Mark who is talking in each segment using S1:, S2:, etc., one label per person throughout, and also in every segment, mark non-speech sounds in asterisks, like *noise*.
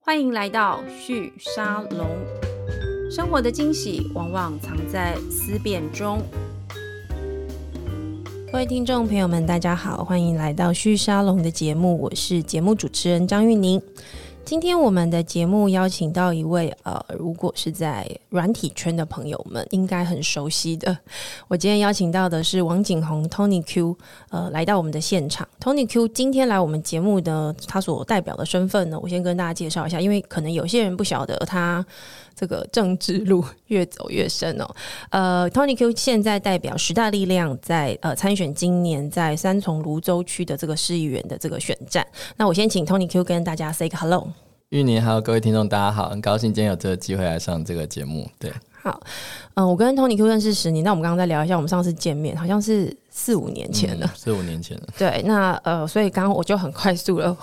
S1: 欢迎来到旭沙龙。生活的惊喜往往藏在思辨中。
S2: 各位听众朋友们，大家好，欢迎来到旭沙龙的节目，我是节目主持人张玉宁。今天我们的节目邀请到一位呃，如果是在软体圈的朋友们，应该很熟悉的。我今天邀请到的是王景宏 Tony Q，呃，来到我们的现场。Tony Q 今天来我们节目呢，他所代表的身份呢，我先跟大家介绍一下，因为可能有些人不晓得他这个政治路越走越深哦。呃，Tony Q 现在代表时代力量在呃参选今年在三重泸州区的这个市议员的这个选战。那我先请 Tony Q 跟大家 say 个 hello。
S3: 玉宁还有各位听众，大家好，很高兴今天有这个机会来上这个节目。对，
S2: 好，嗯、我跟 Tony Q 认识十年，那我们刚刚在聊一下，我们上次见面好像是四五年前了。
S3: 嗯四五年前了，
S2: 对，那呃，所以刚刚我就很快速了。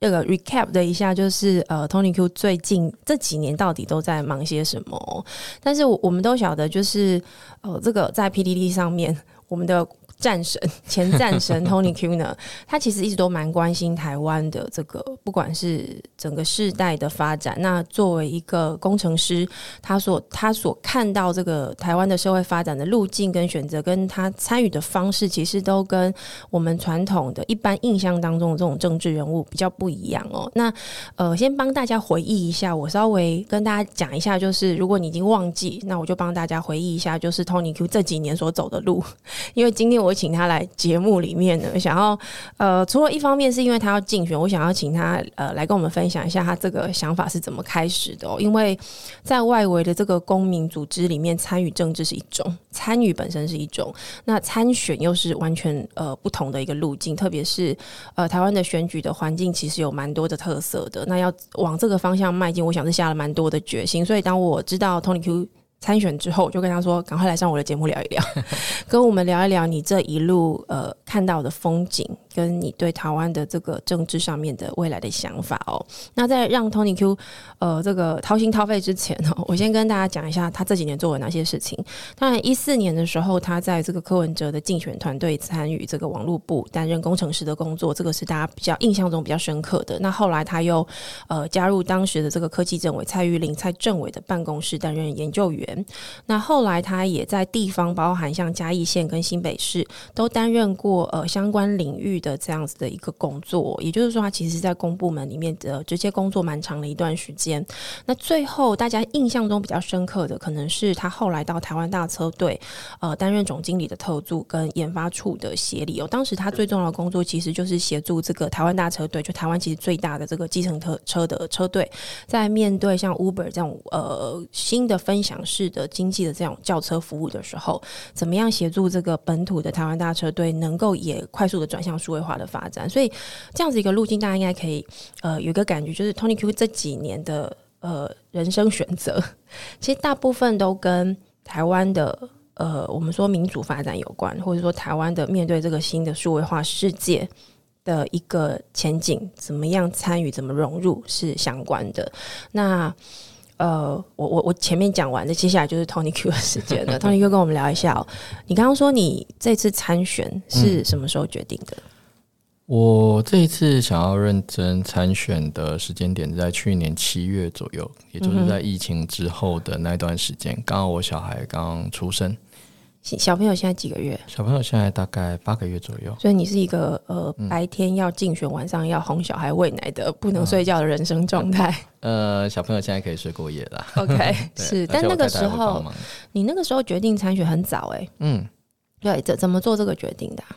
S2: 这个 recap 的一下，就是呃，Tony Q 最近这几年到底都在忙些什么？但是我我们都晓得，就是呃，这个在 PDD 上面，我们的战神前战神 Tony Q 呢，他其实一直都蛮关心台湾的这个，不管是整个世代的发展。那作为一个工程师，他所他所看到这个台湾的社会发展的路径跟选择，跟他参与的方式，其实都跟我们传统的一般印象当中的这种政治人物比较不一样哦。那呃，先帮大家回忆一下，我稍微跟大家讲一下，就是如果你已经忘记，那我就帮大家回忆一下，就是 Tony Q 这几年所走的路。 *laughs* 因为今天我请他来节目里面呢，想要呃，除了一方面是因为他要竞选，我想要请他呃来跟我们分享一下他这个想法是怎么开始的哦。因为在外围的这个公民组织里面，参与政治是一种，参与本身是一种，那参选又是完全呃不同的一个路径，特别是呃台湾的选举的环境其实有蛮多的特色的，那要往这个方向迈进，我想是下了蛮多的决心。所以当我知道 Tony Q 参选之后，我就跟他说，赶快来上我的节目聊一聊，跟我们聊一聊你这一路呃看到的风景，跟你对台湾的这个政治上面的未来的想法哦。那在让 Tony Q 呃这个掏心掏肺之前哦，我先跟大家讲一下他这几年做了哪些事情。当然，一四年的时候，他在这个柯文哲的竞选团队参与这个网络部担任工程师的工作，这个是大家比较印象中比较深刻的。那后来他又呃加入当时的这个科技政委蔡玉林蔡政委的办公室担任研究员。那后来他也在地方，包含像嘉义县跟新北市，都担任过呃相关领域的这样子的一个工作。也就是说，他其实在公部门里面的直接工作蛮长的一段时间。那最后大家印象中比较深刻的，可能是他后来到台湾大车队，呃，担任总经理的特助跟研发处的协理哦。当时他最重要的工作其实就是协助这个台湾大车队，就台湾其实最大的这个计程车车的车队，在面对像 Uber 这种呃新的分享式的经济的这种轿车服务的时候，怎么样协助这个本土的台湾大车队能够也快速的转向数位化的发展？所以这样子一个路径，大家应该可以呃有一个感觉，就是 Tony Q 这几年的呃人生选择， *laughs* 其实大部分都跟台湾的呃我们说民主发展有关，或者说台湾的面对这个新的数位化世界。的一个前景，怎么样参与，怎么融入是相关的。那呃，我我我前面讲完的，接下来就是 Tony Q 的时间了。Tony Q 跟我们聊一下、哦，你刚刚说你这次参选是什么时候决定的？
S3: 我这一次想要认真参选的时间点在去年七月左右，也就是在疫情之后的那段时间。刚好我小孩刚出生，
S2: 小小朋友现在几个月？
S3: 小朋友现在大概八个月左右。
S2: 所以你是一个呃，
S3: 嗯
S2: 白天要竞选，晚上要哄小孩喂奶的，不能睡觉的人生状态。
S3: *laughs* 呃，小朋友现在可以睡过夜啦。
S2: OK，
S3: 对
S2: 是。
S3: 而且
S2: 但
S3: 我
S2: 那个
S3: 太
S2: 时
S3: 太会帮
S2: 候，
S3: 忙
S2: 你那个时候决定参选很早哎、
S3: 嗯，
S2: 对，怎怎么做这个决定的啊、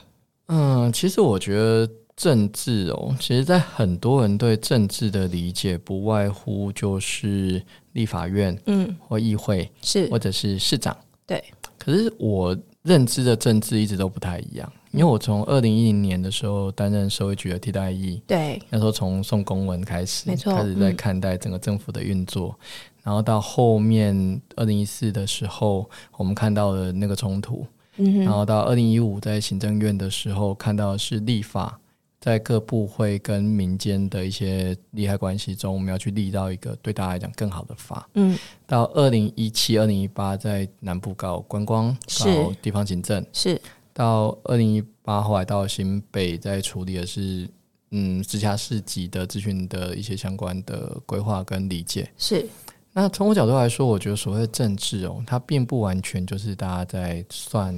S3: 嗯，其实我觉得政治哦，其实，在很多人对政治的理解，不外乎就是立法院
S2: 嗯，
S3: 或议会，
S2: 是
S3: 或者是市长。
S2: 对。
S3: 可是我认知的政治一直都不太一样，因为我从二零一零年的时候担任社会局的替代役，
S2: 对，
S3: 那时候从送公文开始，
S2: 没错
S3: 开始在
S2: 嗯
S3: 看待整个政府的运作，然后到后面二零一四的时候，我们看到了那个冲突，
S2: 嗯
S3: 然
S2: 哼，
S3: 后到二零一五在行政院的时候，看到的是立法在各部会跟民间的一些利害关系中，我们要去立到一个对大家来讲更好的法。
S2: 嗯，
S3: 到二零一七、二零一八在南部搞观光，
S2: 是
S3: 搞地方行政；
S2: 是
S3: 到二零一八后来到新北在处理的是嗯直辖市级的资讯的一些相关的规划跟理解。
S2: 是
S3: 那从我角度来说，我觉得所谓的政治哦，它并不完全就是大家在算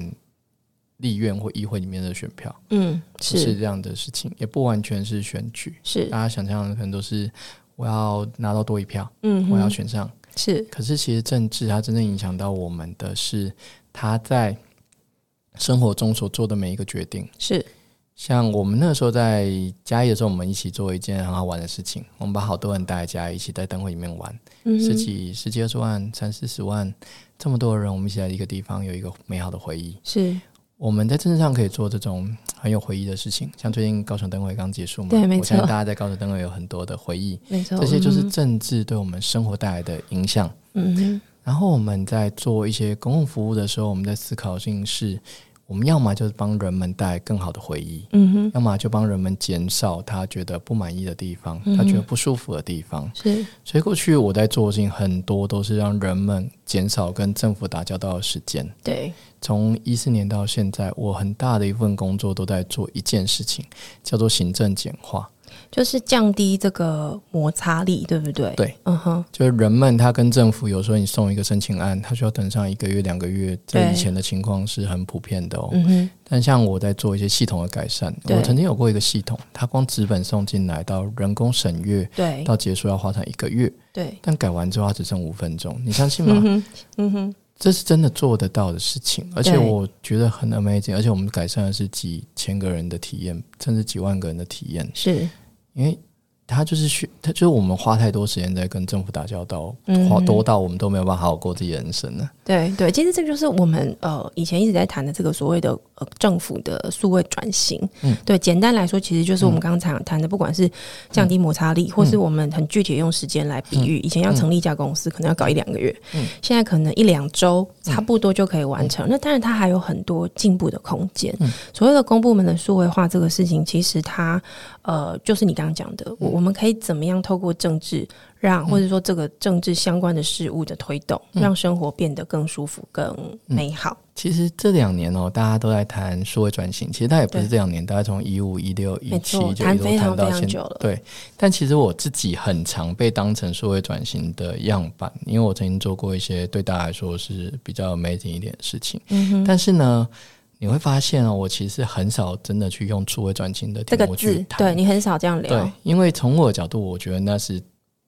S3: 立院或议会里面的选票，
S2: 嗯
S3: 不是啊
S2: 是
S3: 这样的事情，也不完全是选举。
S2: 是
S3: 大家想象的可能都是我要拿到多一票，
S2: 嗯
S3: 我要
S2: 哼
S3: 选上。
S2: 是
S3: 可是其实政治它真正影响到我们的是他在生活中所做的每一个决定。
S2: 是
S3: 像我们那时候在嘉义的时候，我们一起做一件很好玩的事情，我们把好多人带来嘉义，一起在灯会里面玩，
S2: 嗯
S3: 十
S2: 哼
S3: 几、十几、二十万、三四十万，这么多人，我们一起在一个地方有一个美好的回忆。
S2: 是
S3: 我们在政治上可以做这种很有回忆的事情，像最近高雄灯会刚结束嘛，
S2: 对没错
S3: 我相信大家在高雄灯会有很多的
S2: *laughs*
S3: 回忆，
S2: 没错，
S3: 这些就是
S2: 嗯哼
S3: 政治对我们生活带来的影响。
S2: 嗯哼
S3: 然后我们在做一些公共服务的时候，我们在思考的事情是，我们要么就是帮人们带来更好的回忆，
S2: 嗯哼
S3: 要么就帮人们减少他觉得不满意的地方，
S2: 嗯
S3: 他觉得不舒服的地方。
S2: 是
S3: 所以过去我在做的事情很多都是让人们减少跟政府打交道的时间。
S2: 对
S3: 从一四年到现在，我很大的一份工作都在做一件事情，叫做行政简化。
S2: 就是降低这个摩擦力，对不对？
S3: 对，哦
S2: 嗯哼，
S3: 就是人们他跟政府有时候你送一个申请案，他需要等上一个月、两个月，在
S2: 对
S3: 以前的情况是很普遍的哦。
S2: 嗯哼，
S3: 但像我在做一些系统的改善，
S2: 对
S3: 我曾经有过一个系统，它光纸本送进来到人工审阅
S2: 对
S3: 到结束要花上一个月，
S2: 对，
S3: 但改完之后它只剩五分钟，你相信
S2: *laughs* 嗯
S3: 吗？
S2: 哼嗯哼，
S3: 这是真的做得到的事情，而且
S2: 对
S3: 我觉得很 amazing，而且我们改善的是几千个人的体验，甚至几万个人的体验，
S2: 是
S3: 因为。它就是需，它就是我们花太多时间在跟政府打交道，
S2: 嗯
S3: 花多到我们都没有办法好好过自己的人生了。
S2: 对对，其实这就是我们呃以前一直在谈的这个所谓的呃政府的数位转型。
S3: 嗯
S2: 对，简单来说，其实就是我们刚才谈的，不管是降低摩擦
S3: 嗯
S2: 力，或是我们很具体地用时间来比喻，以前要成立一家公司可能要搞一两个月，
S3: 嗯
S2: 现在可能一两周差不多就可以完成。那当然，它还有很多进步的空间。
S3: 嗯
S2: 所谓的公部门的数位化这个事情，其实它呃就是你刚刚讲的，我我们可以怎么样透过政治让
S3: 嗯
S2: 或者说这个政治相关的事物的推动，让生活变得更舒服、
S3: 嗯
S2: 更美好。
S3: 其实这两年哦，大家都在谈数位转型，其实它也不是
S2: 对
S3: 这两年，大概从一五、一六、一
S2: 没
S3: 七
S2: 错
S3: 就一
S2: 谈
S3: 路
S2: 非常
S3: 谈到
S2: 非常
S3: 现
S2: 久了
S3: 对，但其实我自己很常被当成数位转型的样板，因为我曾经做过一些对大家来说是比较 amazing 一点的事情。
S2: 嗯哼，
S3: 但是呢，你会发现哦，我其实很少真的去用数位转型的
S2: 这
S3: 题
S2: 个
S3: 目去
S2: 字，
S3: 谈。
S2: 对你很少这样聊
S3: 对，，因为从我的角度，我觉得那是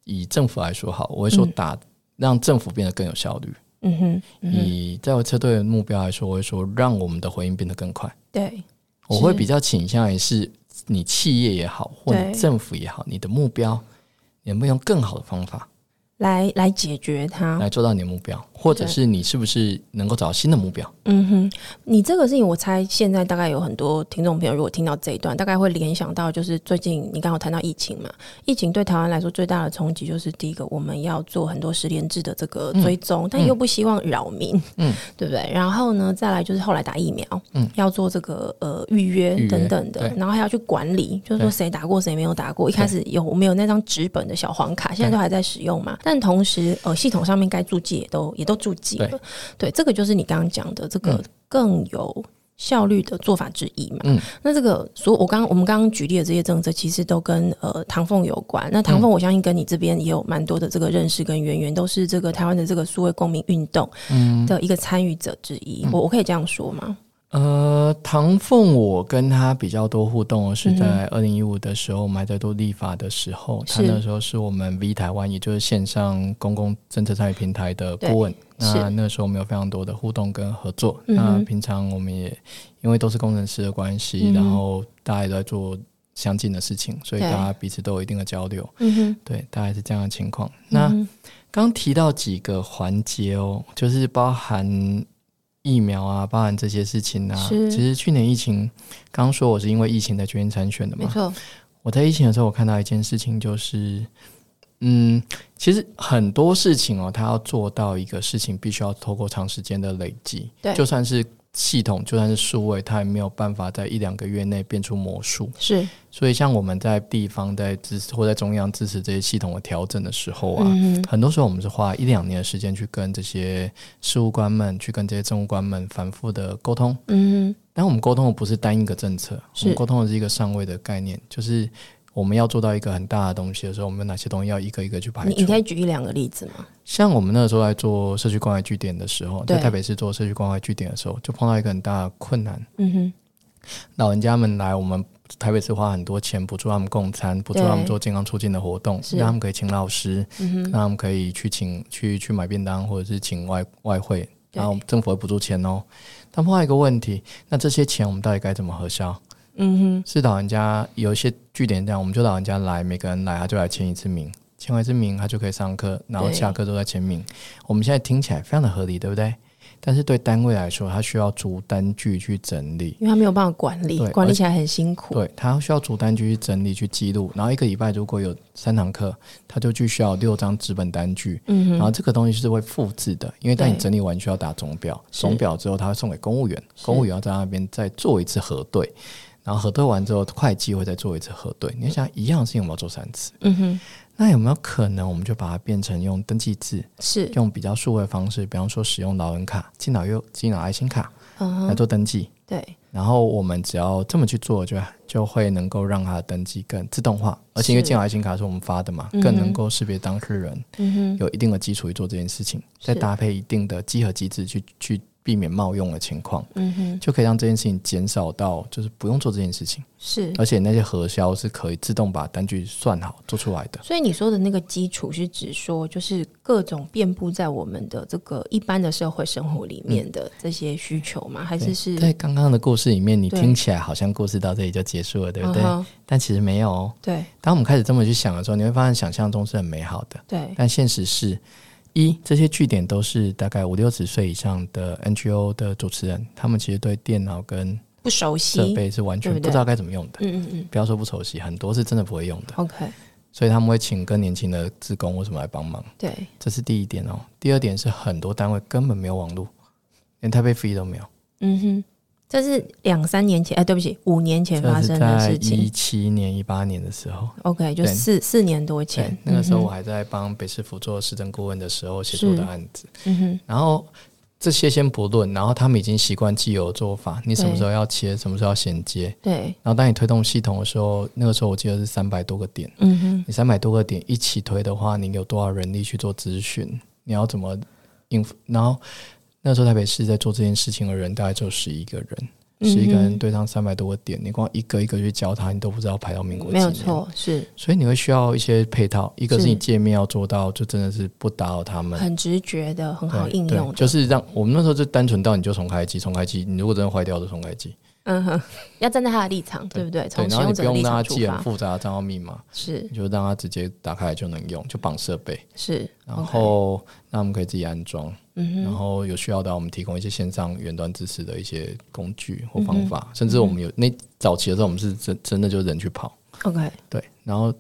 S3: 以政府来说好，我会说
S2: 嗯
S3: 打、让政府变得更有效率。
S2: 嗯哼，嗯哼，
S3: 以在我车队的目标来说，我会说让我们的回应变得更快。
S2: 对，
S3: 我会比较倾向于是你企业也好，或
S2: 对
S3: 你政府也好，你的目标，你能不能用更好的方法
S2: 来来解决它。
S3: 来做到你的目标，或者
S2: 对
S3: 是你是不是能够找到新的目标？
S2: 嗯哼，你这个事情，我猜现在大概有很多听众朋友，如果听到这一段，大概会联想到，就是最近你刚好谈到疫情嘛，疫情对台湾来说最大的冲击就是第一个，我们要做很多十连制的这个追踪，但又不希望扰民，
S3: 嗯，
S2: 对不对？然后呢，再来就是后来打疫苗，
S3: 嗯，
S2: 要做这个呃预约
S3: 预约
S2: 等等的
S3: 对，
S2: 然后还要去管理，就是说
S3: 对
S2: 谁打过谁没有打过。一开始有我们有那张纸本的小黄卡，现在都还在使用嘛，但同时呃系统上面该注记也都也都注记了。对，这个就是你刚刚讲的这个
S3: 嗯
S2: 更有效率的做法之一嘛。
S3: 嗯
S2: 那这个所我刚我们刚刚举例的这些政策，其实都跟呃唐凤有关。那唐
S3: 嗯
S2: 凤，我相信跟你这边也有蛮多的这个认识跟渊源，都是这个台湾的这个数位公民运动
S3: 嗯，
S2: 的一个参与者之一。我我可以这样说吗？
S3: 呃，唐凤，我跟他比较多互动的是
S2: 嗯哼
S3: 在二零一五的时候，我们还在做立法的时候，
S2: 是
S3: 他那时候是我们 V 台湾，也就是线上公共政策参与平台的
S2: 对
S3: 顾问。那
S2: 是
S3: 那时候我们有非常多的互动跟合作。
S2: 嗯哼
S3: 那平常我们也因为都是工程师的关系，
S2: 嗯哼
S3: 然后大家也都在做相近的事情，所以
S2: 对
S3: 大家彼此都有一定的交流。
S2: 嗯哼，
S3: 对，大概是这样的情况。那、
S2: 嗯哼
S3: 刚提到几个环节哦，就是包含疫苗啊，包含这些事情啊。
S2: 是
S3: 其实去年疫情，刚刚说我是因为疫情才决定参选的
S2: 没
S3: 嘛。
S2: 错，
S3: 我在疫情的时候，我看到一件事情，就是，嗯，其实很多事情哦，它要做到一个事情，必须要透过长时间的累积。
S2: 对
S3: 就算是系统就算是数位，它也没有办法在一两个月内变出魔术。
S2: 是，
S3: 所以，像我们在地方在支持或在中央支持这些系统的调整的时候啊，
S2: 嗯
S3: 很多时候我们是花一两年的时间去跟这些事务官们、去跟这些政务官们反复的沟通。
S2: 嗯，
S3: 但我们沟通的不是单一个政策，
S2: 是
S3: 我们沟通的是一个上位的概念，就是我们要做到一个很大的东西的时候，我们有哪些东西要一个一个去排
S2: 你你
S3: 除
S2: 可。以举一两个例子吗？
S3: 像我们那个时候在做社区关怀据点的时候，在
S2: 对
S3: 台北市做社区关怀据点的时候，就碰到一个很大的困难，
S2: 嗯哼，
S3: 老人家们来我们台北市花很多钱补助他们供餐，补助
S2: 对
S3: 他们做健康促进的活动，
S2: 是
S3: 让他们可以请老师，
S2: 嗯哼，
S3: 让他们可以去请去去买便当或者是请外外汇，
S2: 对
S3: 然后政府会补助钱哦。但碰到一个问题，那这些钱我们到底该怎么核销？
S2: 嗯
S3: 是老人家有一些据点这样，我们就老人家来，每个人来他就来签一次名，签完一次名他就可以上课，然后
S2: 对
S3: 下课都在签名。我们现在听起来非常的合理，对不对？但是对单位来说，他需要逐单据去整理
S2: 哼，，因为他没有办法管理
S3: 对，
S2: 管
S3: 而
S2: 理
S3: 且
S2: 起来很辛苦。
S3: 对他需要逐单据去整理去记录，然后一个礼拜如果有三堂课，他就需要六张纸本单据。
S2: 嗯
S3: 然后
S2: 哼，
S3: 这个东西是会复制的，因为当你
S2: 对
S3: 整理完需要打总表，
S2: 是
S3: 总表之后他会送给公务员，
S2: 是
S3: 公务员要在那边再做一次核对，然后核对完之后会计会再做一次核对。你要想一样的事情我们要做三次，
S2: 嗯哼，
S3: 那有没有可能我们就把它变成用登记制，
S2: 是，
S3: 用比较数位的方式，比方说使用老人卡、敬老优、敬老爱心卡
S2: 嗯
S3: 来
S2: 哼，
S3: 做登记？
S2: 对，
S3: 然后我们只要这么去做就，就会能够让它的登记更自动化，而且因为
S2: 是
S3: 健保爱心卡是我们发的嘛，
S2: 嗯哼
S3: 更能够识别当事人，
S2: 嗯哼，
S3: 有一定的基础去做这件事情，
S2: 是
S3: 再搭配一定的稽核机制去去避免冒用的情况，
S2: 嗯哼，
S3: 就可以让这件事情减少到就是不用做这件事情，
S2: 是。
S3: 而且那些核销是可以自动把单据算好做出来的。
S2: 所以你说的那个基础是指说，就是各种遍布在我们的这个一般的社会生活里面的这些需求吗？还是是
S3: 在刚刚的故事里面，你
S2: 对
S3: 听起来好像故事到这里就结束了，对不对？
S2: 嗯哼
S3: 但其实没有、哦。
S2: 对
S3: 当我们开始这么去想的时候，你会发现想象中是很美好的。
S2: 对
S3: 但现实是，一这些据点都是大概五六十岁以上的 NGO 的主持人，他们其实对电脑跟
S2: 不熟
S3: 设
S2: 悉？
S3: 备是完全
S2: 对不
S3: 不
S2: 对
S3: 知道该怎么用的。
S2: 嗯嗯嗯
S3: 不要说不熟悉，很多是真的不会用的，
S2: ，OK，
S3: 所以他们会请更年轻的职工或什么来帮忙，
S2: 对，
S3: 这是第一点哦。第二点是很多单位根本没有网络，连台北 free 都没有，
S2: 嗯哼，这是两三年前，哎，对不起，五年前
S3: 这
S2: 发
S3: 是
S2: 生的
S3: 在
S2: 事
S3: 一
S2: 情。
S3: 七年、一八年的时候。
S2: OK，就
S3: 对
S2: 四四年多
S3: 对
S2: 前，，
S3: 那个时候
S2: 嗯
S3: 我
S2: 哼
S3: 还在帮北市府做市政顾问的时候写作的
S2: 是
S3: 案子。
S2: 嗯哼，
S3: 然后这些先不论，然后他们已经习惯既有的做法，你什么时候要切，什么时候要衔接。
S2: 对，
S3: 然后当你推动系统的时候，那个时候我记得是三百多个点，
S2: 嗯哼，
S3: 你三百多个点一起推的话，你有多少人力去做咨询？你要怎么应付？然后那时候台北市在做这件事情的人大概只有十一个人。十一个
S2: 嗯
S3: 人
S2: 哼
S3: 对上三百多个点，你光一个一个去教他，你都不知道排到民国几
S2: 没有
S3: 年。
S2: 错，是
S3: 所以你会需要一些配套，一个是
S2: 是
S3: 你界面要做到，就真的是不打扰他们，
S2: 很直觉的，很好
S3: 对
S2: 应
S3: 对
S2: 用的，
S3: 就是让我们那时候就单纯到你就重开机，重开机，你如果真的坏掉就重开机，
S2: 嗯哼，要站在他的立场，对不对？
S3: 对，
S2: 从使
S3: 然
S2: 用
S3: 后你不
S2: 者的
S3: 用
S2: 立
S3: 让它
S2: 场出
S3: 记很
S2: 发，
S3: 复杂的账号密码，
S2: 是
S3: 你就让它直接打开来就能用，就绑设备，
S2: 是，
S3: 然
S2: OK，
S3: 后让他们可以自己安装，
S2: 嗯哼，
S3: 然后有需要的话我们提供一些线上远端支持的一些工具或方法，
S2: 嗯
S3: 甚至我们有那早期的时候我们是真真的就人去跑，
S2: OK，
S3: 对，然后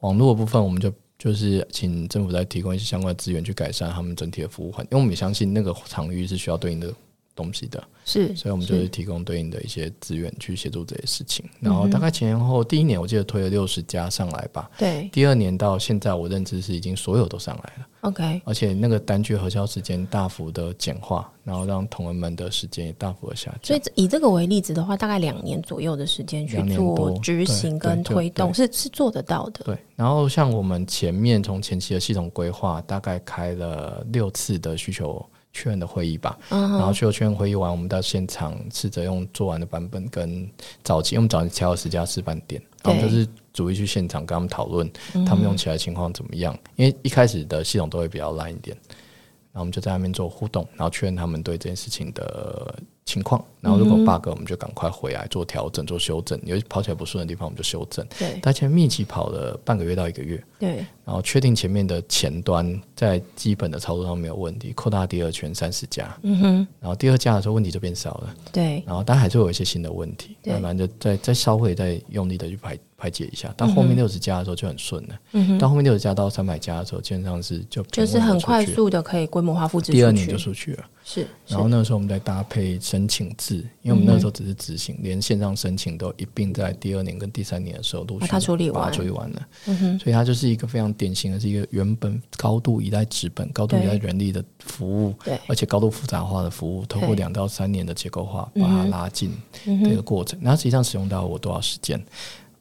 S3: 网络的部分我们就。就是请政府再提供一些相关的资源去改善他们整体的服务环，因为我们也相信那个场域是需要对应的东西的。
S2: 是，
S3: 所以我们就是提供对应的一些资源去协助这些事情。然后大概前前后后，第一年我记得推了六十家上来吧，
S2: 对
S3: 第二年到现在我认知是已经所有都上来了，
S2: ，OK，
S3: 而且那个单据核销时间大幅的简化，然后让同仁们的时间也大幅的下
S2: 所
S3: 降
S2: 以。这以这个为例子的话，大概两年左右的时间去
S3: 两年
S2: 做
S3: 多
S2: 执行
S3: 对
S2: 跟
S3: 对就
S2: 推动，
S3: 对
S2: 是是做得到的。
S3: 对，然后像我们前面从前期的系统规划，大概开了六次的需求确认的会议吧，
S2: 嗯
S3: 然后
S2: 哼，
S3: 需求确认会议完，我们到现场试着用做完的版本跟早期，因为我们早期挑了十家示范店，然后
S2: 对
S3: 就是逐一去现场跟他们讨论，他们用起来的情况怎么样？
S2: 嗯
S3: 因为一开始的系统都会比较烂一点，然后我们就在那边做互动，然后确认他们对这件事情的情况，然后如果有 bug 我们就赶快回来做调整、做修正，有跑起来不顺的地方我们就修正。
S2: 对
S3: 大家前面密集跑了半个月到一个月，
S2: 对，
S3: 然然后确定前面的前端在基本的操作上没有问题，扩大第二圈三十家，
S2: 嗯哼，
S3: 然后第二家的时候问题就变少了，
S2: 对，
S3: 然后但还是会有一些新的问题，
S2: 对
S3: 那反正就再再稍微再用力的去排排解一下。到后面六十家的时候就很顺了，
S2: 嗯哼，
S3: 到后面六十家到三百家的时候，基本上是就平
S2: 就
S3: 稳
S2: 是
S3: 地
S2: 很
S3: 出
S2: 快
S3: 去了，
S2: 速的可以规模化复制出去，
S3: 第二年就出去了。
S2: 是，是
S3: 然后那个时候我们在搭配申请制，因为我们那时候只是执
S2: 嗯
S3: 行，连线上申请都一并在第二年跟第三年的时候陆续
S2: 把它啊处理
S3: 把它
S2: 完
S3: 处理完了，
S2: 嗯哼，
S3: 所以它就是一个非常典型的，是一个原本高度依赖纸本、高度依赖人力的服务，
S2: 对，
S3: 而且高度复杂化的服务，透过
S2: 对
S3: 两到三年的结构化
S2: 嗯
S3: 把它
S2: 哼
S3: 拉近
S2: 嗯
S3: 这
S2: 哼
S3: 个，过程。那实际上使用到我多少时间？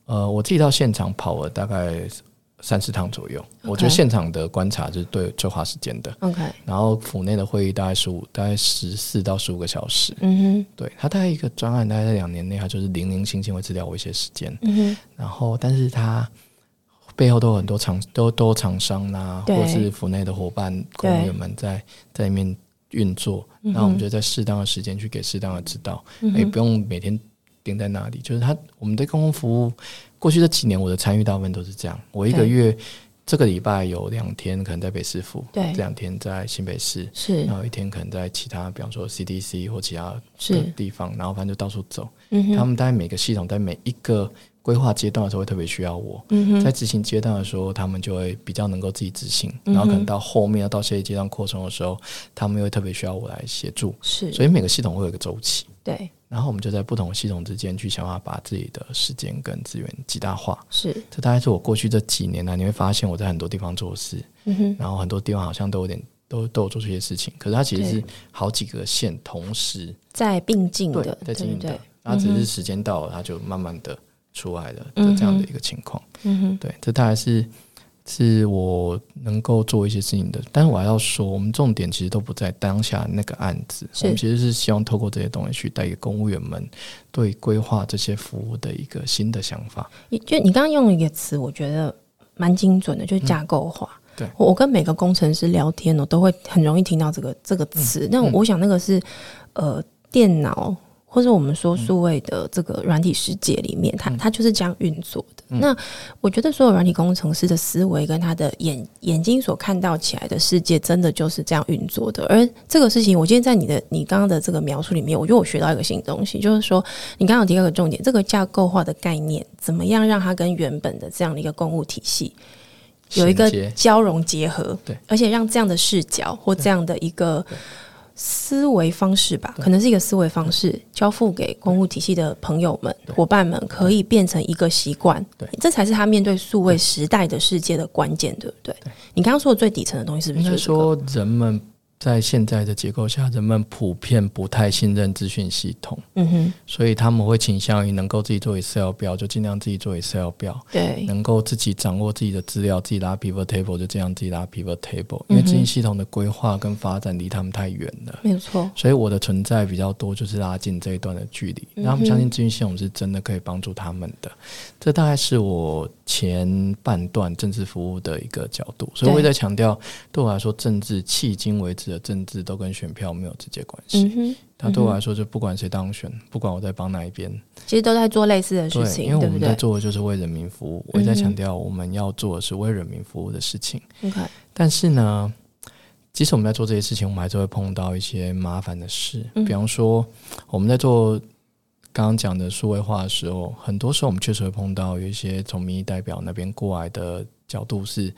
S3: 呃，我自己到现场跑了大概三四趟左右，我觉得
S2: OK
S3: 现场的观察是对最花时间的。
S2: OK，
S3: 然后府内的会议大概十五，大概十四到十五个小时。
S2: 嗯哼，
S3: 对，它大概一个专案，大概在两年内，它就是零零星星会吃掉我一些时间。
S2: 嗯哼，
S3: 然后，但是它背后都有很多厂，都都有厂商啦、
S2: 对
S3: 或是府内的伙伴、公务员们在在里面运作。
S2: 嗯哼
S3: 那我们就在适当的时间去给适当的指导，
S2: 嗯
S3: 也、
S2: 哼，
S3: 不用每天盯在那里。就是它，我们对公共服务过去这几年，我的参与大部分都是这样。我一个
S2: 对
S3: 月这个礼拜有两天可能在北市府，
S2: 对
S3: 这两天在新北市，
S2: 是
S3: 然后一天可能在其他，比方说 CDC 或其他的
S2: 是，
S3: 地方，然后反正就到处走。
S2: 嗯
S3: 他
S2: 哼，
S3: 们在每个系统在每一个规划阶段的时候会特别需要我，
S2: 嗯
S3: 在
S2: 哼，
S3: 执行阶段的时候，他们就会比较能够自己执行，
S2: 嗯
S3: 然后可能到后面要到这一阶段扩充的时候，他们又会特别需要我来协助。
S2: 是，
S3: 所以每个系统会有一个周期，
S2: 对，
S3: 然后我们就在不同的系统之间去想办法把自己的时间跟资源极大化。
S2: 是，
S3: 这大概是我过去这几年来、你会发现我在很多地方做事，
S2: 嗯哼，
S3: 然后很多地方好像都有点都都有做出一些事情，可是它其实
S2: 对
S3: 是好几个线同时
S2: 在并进
S3: 对
S2: 的，
S3: 在经
S2: 嗯对
S3: 营
S2: 不
S3: 的
S2: 对？，
S3: 它只是时间到了，它就慢慢的出来了
S2: 嗯
S3: 的
S2: 哼
S3: 这样的一个情况。
S2: 嗯哼，
S3: 对，这大概是是我能够做一些事情的，但是我还要说，我们重点其实都不在当下那个案子，
S2: 是
S3: 我们其实是希望透过这些东西去带给公务员们对规划这些服务的一个新的想法。
S2: 你就你刚刚用了一个词，我觉得蛮精准的，就是架构化。
S3: 对
S2: 我我跟每个工程师聊天哦，都会很容易听到这个这个词。那我想那个是呃，电脑或者我们说数位的这个软体世界里面，它它就是这样运作的。那我觉得所有软体工程师的思维跟他的眼眼睛所看到起来的世界，真的就是这样运作的。而这个事情，我今天在你的你刚刚的这个描述里面，我觉得我学到一个新东西，就是说你刚刚有提到一个重点，这个架构化的概念，怎么样让它跟原本的这样的一个公务体系有一个
S3: 衔接
S2: 交融结合，
S3: 对，
S2: 而且让这样的视角或这样的一个思维方式吧，可能是一个思维方式，交付给公务体系的朋友们、伙伴们，可以变成一个习惯，
S3: 对，
S2: 这才是他面对数位时代的世界的关键，对不对？你刚刚说的最底层的东西是不
S3: 应
S2: 是就
S3: 该
S2: 是这个、
S3: 说，人们在现在的结构下，人们普遍不太信任资讯系统。
S2: 嗯哼，
S3: 所以他们会倾向于能够自己做 Excel 表，就尽量自己做 Excel 表，
S2: 对，
S3: 能够自己掌握自己的资料，自己拉 pivot table 就这样自己拉 pivot table，因为
S2: 嗯
S3: 这些系统的规划跟发展离他们太远了。
S2: 没有错，
S3: 所以我的存在比较多，就是拉近这一段的距离，
S2: 嗯
S3: 让他们相信资讯系统是真的可以帮助他们的。这大概是我前半段政治服务的一个角度，所以我也在强调，对我来说，政治迄今为止的政治都跟选票没有直接关
S2: 嗯
S3: 系。
S2: 哼，
S3: 它对我来说，就不管谁当选，不管我在帮哪一边，
S2: 其实都在做类似的事
S3: 对，
S2: 情，
S3: 因为
S2: 对
S3: 我
S2: 不
S3: 们
S2: 对
S3: 在做的就是为人民服务，
S2: 嗯
S3: 我也在强调我们要做的是为人民服务的事情。
S2: ？OK，
S3: 但是呢，即使我们在做这些事情，我们还是会碰到一些麻烦的事，
S2: 嗯
S3: 比方说我们在做。刚刚讲的数位化的时候，很多时候我们确实会碰到有一些从民意代表那边过来的角度是，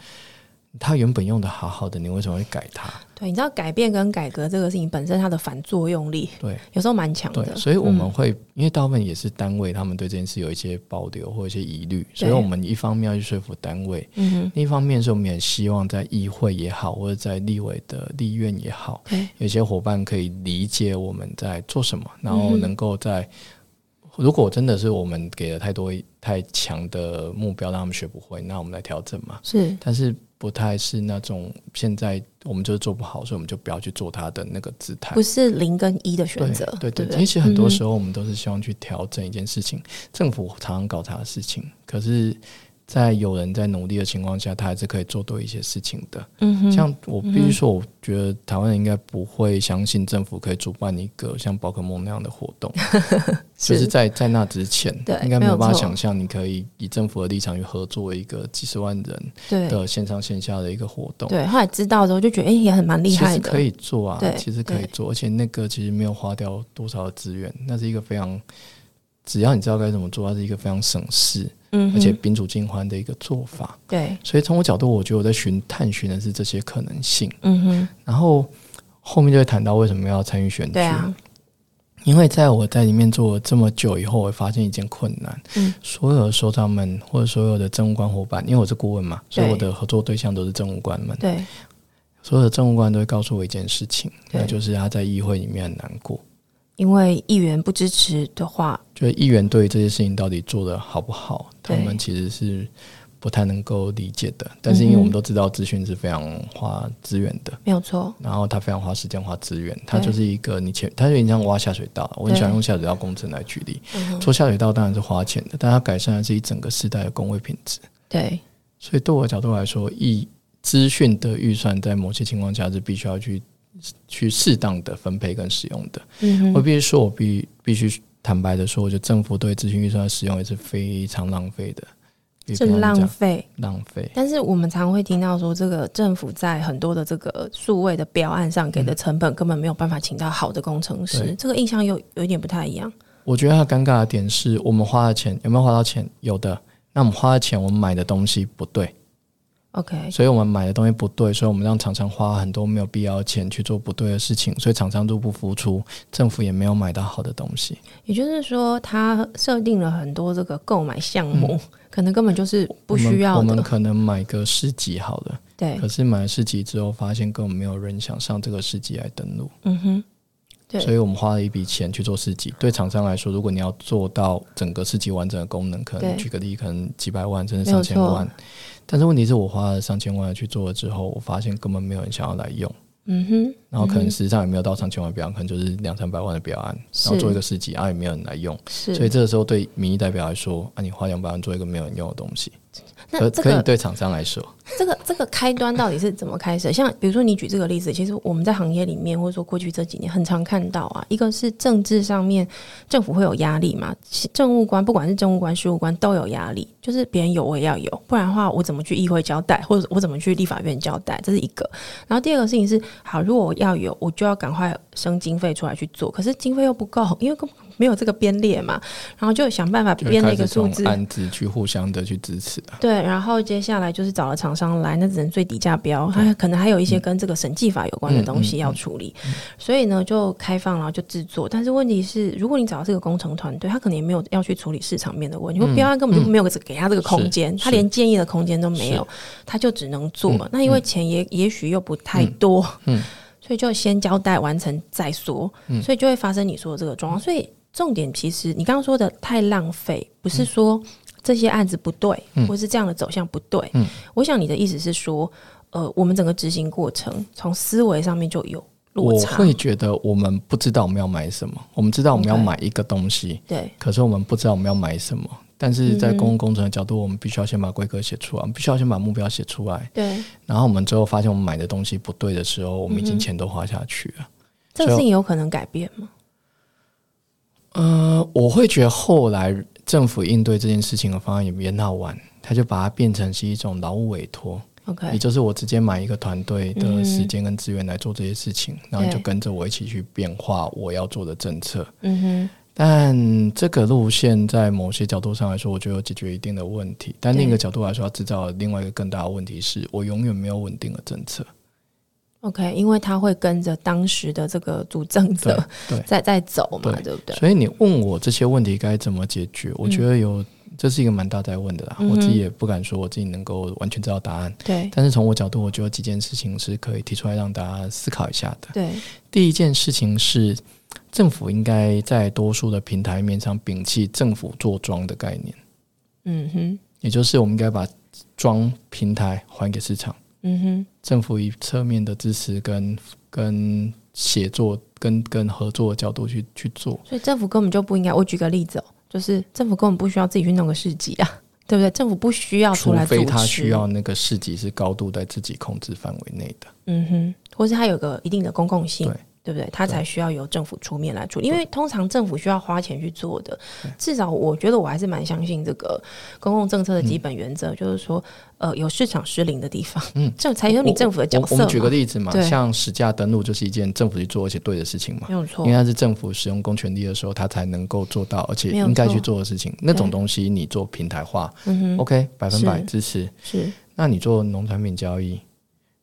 S3: 他原本用的好好的，你为什么会改它？
S2: 对，你知道改变跟改革这个事情本身它的反作用力
S3: 对，
S2: 有时候蛮强
S3: 对，
S2: 的，
S3: 所以我们
S2: 嗯
S3: 会，因为大部分也是单位，他们对这件事有一些保留或一些疑虑，所以
S2: 对
S3: 我们一方面要去说服单位，
S2: 嗯哼，
S3: 另一方面是我们也希望在议会也好，或者在立委的立院也好，
S2: 对，
S3: 有些伙伴可以理解我们在做什么，然
S2: 嗯
S3: 后
S2: 哼
S3: 能够在、如果真的是我们给了太多太强的目标，让他们学不会，那我们来调整嘛。
S2: 是
S3: 但是不太是那种现在我们就是做不好，所以我们就不要去做他的那个姿态
S2: 不。是零跟一的选
S3: 对
S2: 择？
S3: 对
S2: 对
S3: 对
S2: 不，
S3: 其实很多时
S2: 候
S3: 候我们都是希望去调整一件事情，政府常常搞砸的事情，可是在有人在努力的情况下，他还是可以做对一些事情的。
S2: 嗯哼，
S3: 像我必须说，我觉得台湾人应该不会相信政府可以主办一个像宝可梦那样的活
S2: *laughs*
S3: 动，就是在在那之前
S2: 对，
S3: 应该没有办
S2: 没
S3: 法
S2: 有错
S3: 想象你可以以政府的立场去合作一个几十万人
S2: 对
S3: 的线上线下的一个活动。
S2: 对，后来知道之后就觉得，哎、也很蛮厉
S3: 其
S2: 害
S3: 实
S2: 的，
S3: 可以做啊
S2: 对，
S3: 其实可以
S2: 对
S3: 做，而且那个其实没有花掉多少的资源，那是一个非
S2: 嗯
S3: 常，只要你知道该怎么做，它是一个非常省事，
S2: 嗯哼，
S3: 而且宾主尽欢的一个做法。
S2: 对，
S3: 所以从我角度，我觉得我在寻探寻的是这些可能性。
S2: 嗯哼，
S3: 然后后面就会谈到为什么要参与选举，
S2: 对啊，
S3: 因为在我在里面做了这么久以后，我会发现一件困难，
S2: 嗯
S3: 所有的首长们或者所有的政务官伙伴，因为我是顾问嘛，所以
S2: 对
S3: 我的合作对象都是政务官们，
S2: 对，
S3: 所有的政务官都会告诉我一件事情，
S2: 对
S3: 那就是他在议会里面很难过，
S2: 因为议员不支持的话，
S3: 就是议员对于这些事情到底做得好不好，他
S2: 对
S3: 们其实是。不太能够理解的，但是因为我们都知道资讯是非常花资源的，
S2: 没有错，
S3: 然后它非常花时间、花资源，它
S2: 对
S3: 就是一个你前，它就你像挖下水道，我很喜欢
S2: 对
S3: 用下水道工程来举例。
S2: 嗯哼
S3: 做下水道当然是花钱的，但它改善的是一整个时代的工位品质。
S2: 对，
S3: 所以对我的角度来说，以资讯的预算在某些情况下是必须要去去适当的分配跟使用的。
S2: 嗯
S3: 我
S2: 哼，
S3: 必须说，我必必须坦白的说，我觉得政府对资讯预算的使用也是非常浪费的，也
S2: 这
S3: 不能
S2: 浪
S3: 讲
S2: 费。
S3: 浪费。
S2: 但是我们常会听到说，这个政府在很多的这个数位的标案上给的成本，根本没有办法请到好的工程师
S3: 对，
S2: 这个印象又有一点不太一样。
S3: 我觉得它尴尬的点是我们花的钱有没有花到钱？有的。那我们花的钱，我们买的东西不对，
S2: OK，
S3: 所以我们买的东西不对，所以我们让厂商花很多没有必要的钱去做不对的事情，所以厂商入不敷出，政府也没有买到好的东西。
S2: 也就是说，他设定了很多这个购买项目，可能根本就是不需要
S3: 嗯我们我
S2: 的
S3: 们。可能买个市集好了，
S2: 对
S3: 可，是买了市集之后，发现根本没有人想上这个市集来登录，
S2: 嗯哼，对
S3: 所以我们花了一笔钱去做市集。对厂商来说，如果你要做到整个市集完整的功能，可能
S2: 对
S3: 举个例，可能几百万甚至
S2: 没有
S3: 上
S2: 错
S3: 千万。但是问题是我花了上千万去做了之后，我发现根本没有人想要来用，
S2: 嗯哼，
S3: 然后可能实际上也没有到上千万标案，可能就是两三百万的标案，
S2: 是
S3: 然后做一个市集，啊也没有人来用，
S2: 是。
S3: 所以这个时候对民意代表来说，啊你花两百万做一个没有人用的东西，
S2: 那
S3: 可
S2: 这
S3: 可以
S2: 个
S3: 对厂商来说，
S2: 这个这个开端到底是怎么开始的？像比如说你举这个例子，其实我们在行业里面，或者说过去这几年，很常看到啊，一个是政治上面政府会有压力嘛，其政务官不管是政务官、税务官都有压力，就是别人有我也要有，不然的话我怎么去议会交代，或者我怎么去立法院交代，这是一个。然后第二个事情是，好，如果我要有，我就要赶快生经费出来去做，可是经费又不够，因为根本没有这个编列嘛，然后就想办法
S3: 就
S2: 编了
S3: 开
S2: 一个
S3: 始
S2: 数
S3: 从
S2: 字，
S3: 案子去互相的去支持啊。
S2: 对，然后接下来就是找了厂商来，那只能最低价标，它可能还有一些
S3: 嗯
S2: 跟这个审计法有关的东西要处理，所以呢就开放，然后就制作。但是问题是，如果你找到这个工程团队，他可能也没有要去处理市场面的问题，或标案根本就没有给他这个空间，
S3: 嗯是嗯
S2: 他连建议的空间都没有，他就只能做。那因为钱也也许又不太多， *laughs* 所以就先交代完成再说，
S3: 嗯
S2: 所以就会发生你说的这个状况。所以重点其实你刚刚说的太浪费，不
S3: 嗯
S2: 是说这些案子不对，或是这样的走向不对。
S3: 嗯
S2: 我想你的意思是说，呃，我们整个执行过程从思维上面就有落
S3: 我
S2: 差，
S3: 会觉得我们不知道我们要买什么，我们知道我们要
S2: OK
S3: 买一个东西
S2: 对
S3: 可是我们不知道我们要买什么。但是在公共工程的角度，我们必须要先把规格写出来，我们必须要先把目标写出来。
S2: 对，
S3: 然后我们最后发现我们买的东西不对的时候，我们已经钱都花下去了。
S2: 这个事情有可能改变吗？
S3: 呃，我会觉得后来政府应对这件事情的方案也别闹完，他就把它变成是一种劳务委托，也
S2: OK，
S3: 就是我直接买一个团队的时间跟资源来做这些事情，然后你就
S2: 对
S3: 跟着我一起去变化我要做的政策。
S2: 嗯哼，
S3: 但这个路线在某些角度上来说，我觉得有解决一定的问题。但另一个角度来说，要制造另外一个更大的问题是，我永远没有稳定的政策。
S2: OK，因为他会跟着当时的这个主政
S3: 对
S2: 者
S3: 对，
S2: 在在走嘛，
S3: 对
S2: 对不对？嗯
S3: 所以你问我这些问题该怎么解决，我觉得有这是一个蛮大在问的啦。
S2: 嗯哼
S3: 我自己也不敢说我自己能够完全知道答案，
S2: 对
S3: 但是从我角度，我觉得几件事情是可以提出来让大家思考一下的。
S2: 对，
S3: 第一件事情是，政府应该在多数的平台面上摒弃政府做庄的概念。
S2: 嗯哼，
S3: 也就是我们应该把装平台还给市场，
S2: 嗯哼，
S3: 政府以侧面的支持跟跟协作跟跟合作的角度去去做。
S2: 所以政府根本就不应该。我举个例子哦，就是政府根本不需要自己去弄个市集啊，对不对？政府不需要出
S3: 除
S2: 来
S3: 非
S2: 主
S3: 他
S2: 持，
S3: 需要那个市集是高度在自己控制范围内的。
S2: 嗯哼，或是它有个一定的公共性，
S3: 对
S2: 不对？它才需要由政府出面来处理，因为通常政府需要花钱去做的。至少我觉得我还是蛮相信这个公共政策的基本原
S3: 嗯
S2: 则，就是说，呃，有市场失灵的地方，嗯，这才有你
S3: 我
S2: 政府的角
S3: 我
S2: 色
S3: 我
S2: 嘛
S3: 们举个例子嘛
S2: 对，
S3: 像实价登录就是一件政府去做而且对的事情嘛
S2: 没。有错
S3: 应，该是政府使用公权力的时候，他才能够做到，而且
S2: 没有错
S3: 应该去做的事情。那种东西你做平台化，OK，百分百
S2: 是
S3: 支持。
S2: 嗯是
S3: 那你做农产品交易，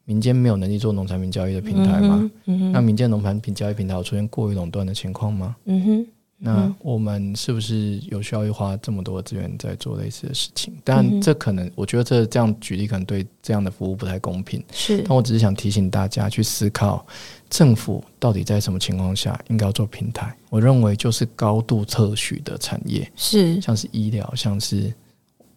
S3: 民间没有能力做农产品交易的平台
S2: 嗯
S3: 吗？那民间农产品交易平台有出现过于垄断的情况吗？
S2: 嗯哼，
S3: 那我们是不是有需要去花这么多资源在做类似的事情？
S2: 嗯
S3: 但这可能，我觉得这这样举例可能对这样的服务不太公平。
S2: 是
S3: 但我只是想提醒大家去思考，政府到底在什么情况下应该要做平台？我认为就是高度特许的产业，
S2: 是
S3: 像是医疗，像是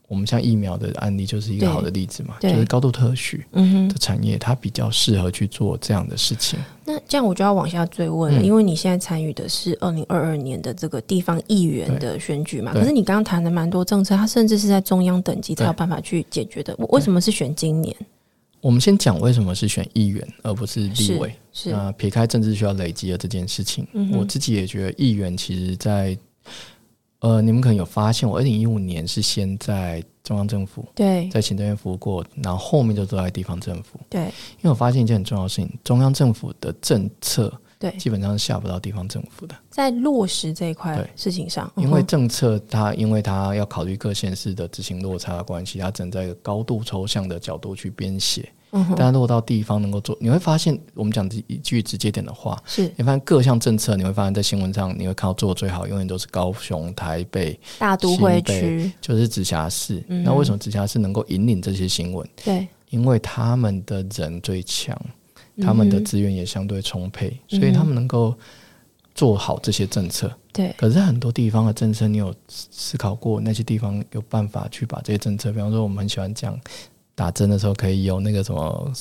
S3: 我们像疫苗的案例就是一
S2: 对
S3: 个好的例子嘛，就
S2: 对
S3: 是高度特许
S2: 嗯哼
S3: 的。产业，它比较适合去做这样的事情。
S2: 那这样我就要往下追问了，
S3: 嗯
S2: 因为你现在参与的是二零二二年的这个地方议员的选举嘛？
S3: 对
S2: 可是你刚刚谈的蛮多政策，它甚至是在中央等级才
S3: 对
S2: 有办法去解决的。我为什么是选今年？
S3: 我们先讲为什么是选议员而不是立
S2: 是
S3: 委。
S2: 是
S3: 那撇开政治需要累积的这件事情，
S2: 嗯哼
S3: 我自己也觉得议员其实在，呃，你们可能有发现，我二零一五年是先在中央政府
S2: 对
S3: 在行政院服务过，然后后面就都在地方政府。
S2: 对
S3: 因为我发现一件很重要的事情，中央政府的政策
S2: 对，
S3: 基本上是下不到地方政府的，
S2: 在落实这一块
S3: 对
S2: 事情上，
S3: 因为
S2: 嗯哼
S3: 政策它因为它要考虑各县市的执行落差的关系，它只能在一个高度抽象的角度去编写。
S2: 嗯哼
S3: 但它落到地方能够做，你会发现，我们讲一句直接点的话，
S2: 是
S3: 你发现各项政策，你会发现在新闻上，你会看到做得最好，永远都是高雄、台北，
S2: 大都会
S3: 新北
S2: 区，
S3: 就是直辖市。
S2: 嗯
S3: 那为什么直辖市能够引领这些新闻？
S2: 对
S3: 因为他们的人最强，他们的
S2: 嗯哼
S3: 资源也相对充沛，
S2: 嗯
S3: 所以他们能够做好这些政策。
S2: 对
S3: 可是很多地方的政策，你有思思考过那些地方有办法去把这些政策，比方说我们很喜欢讲打针的时候可以有那个什么，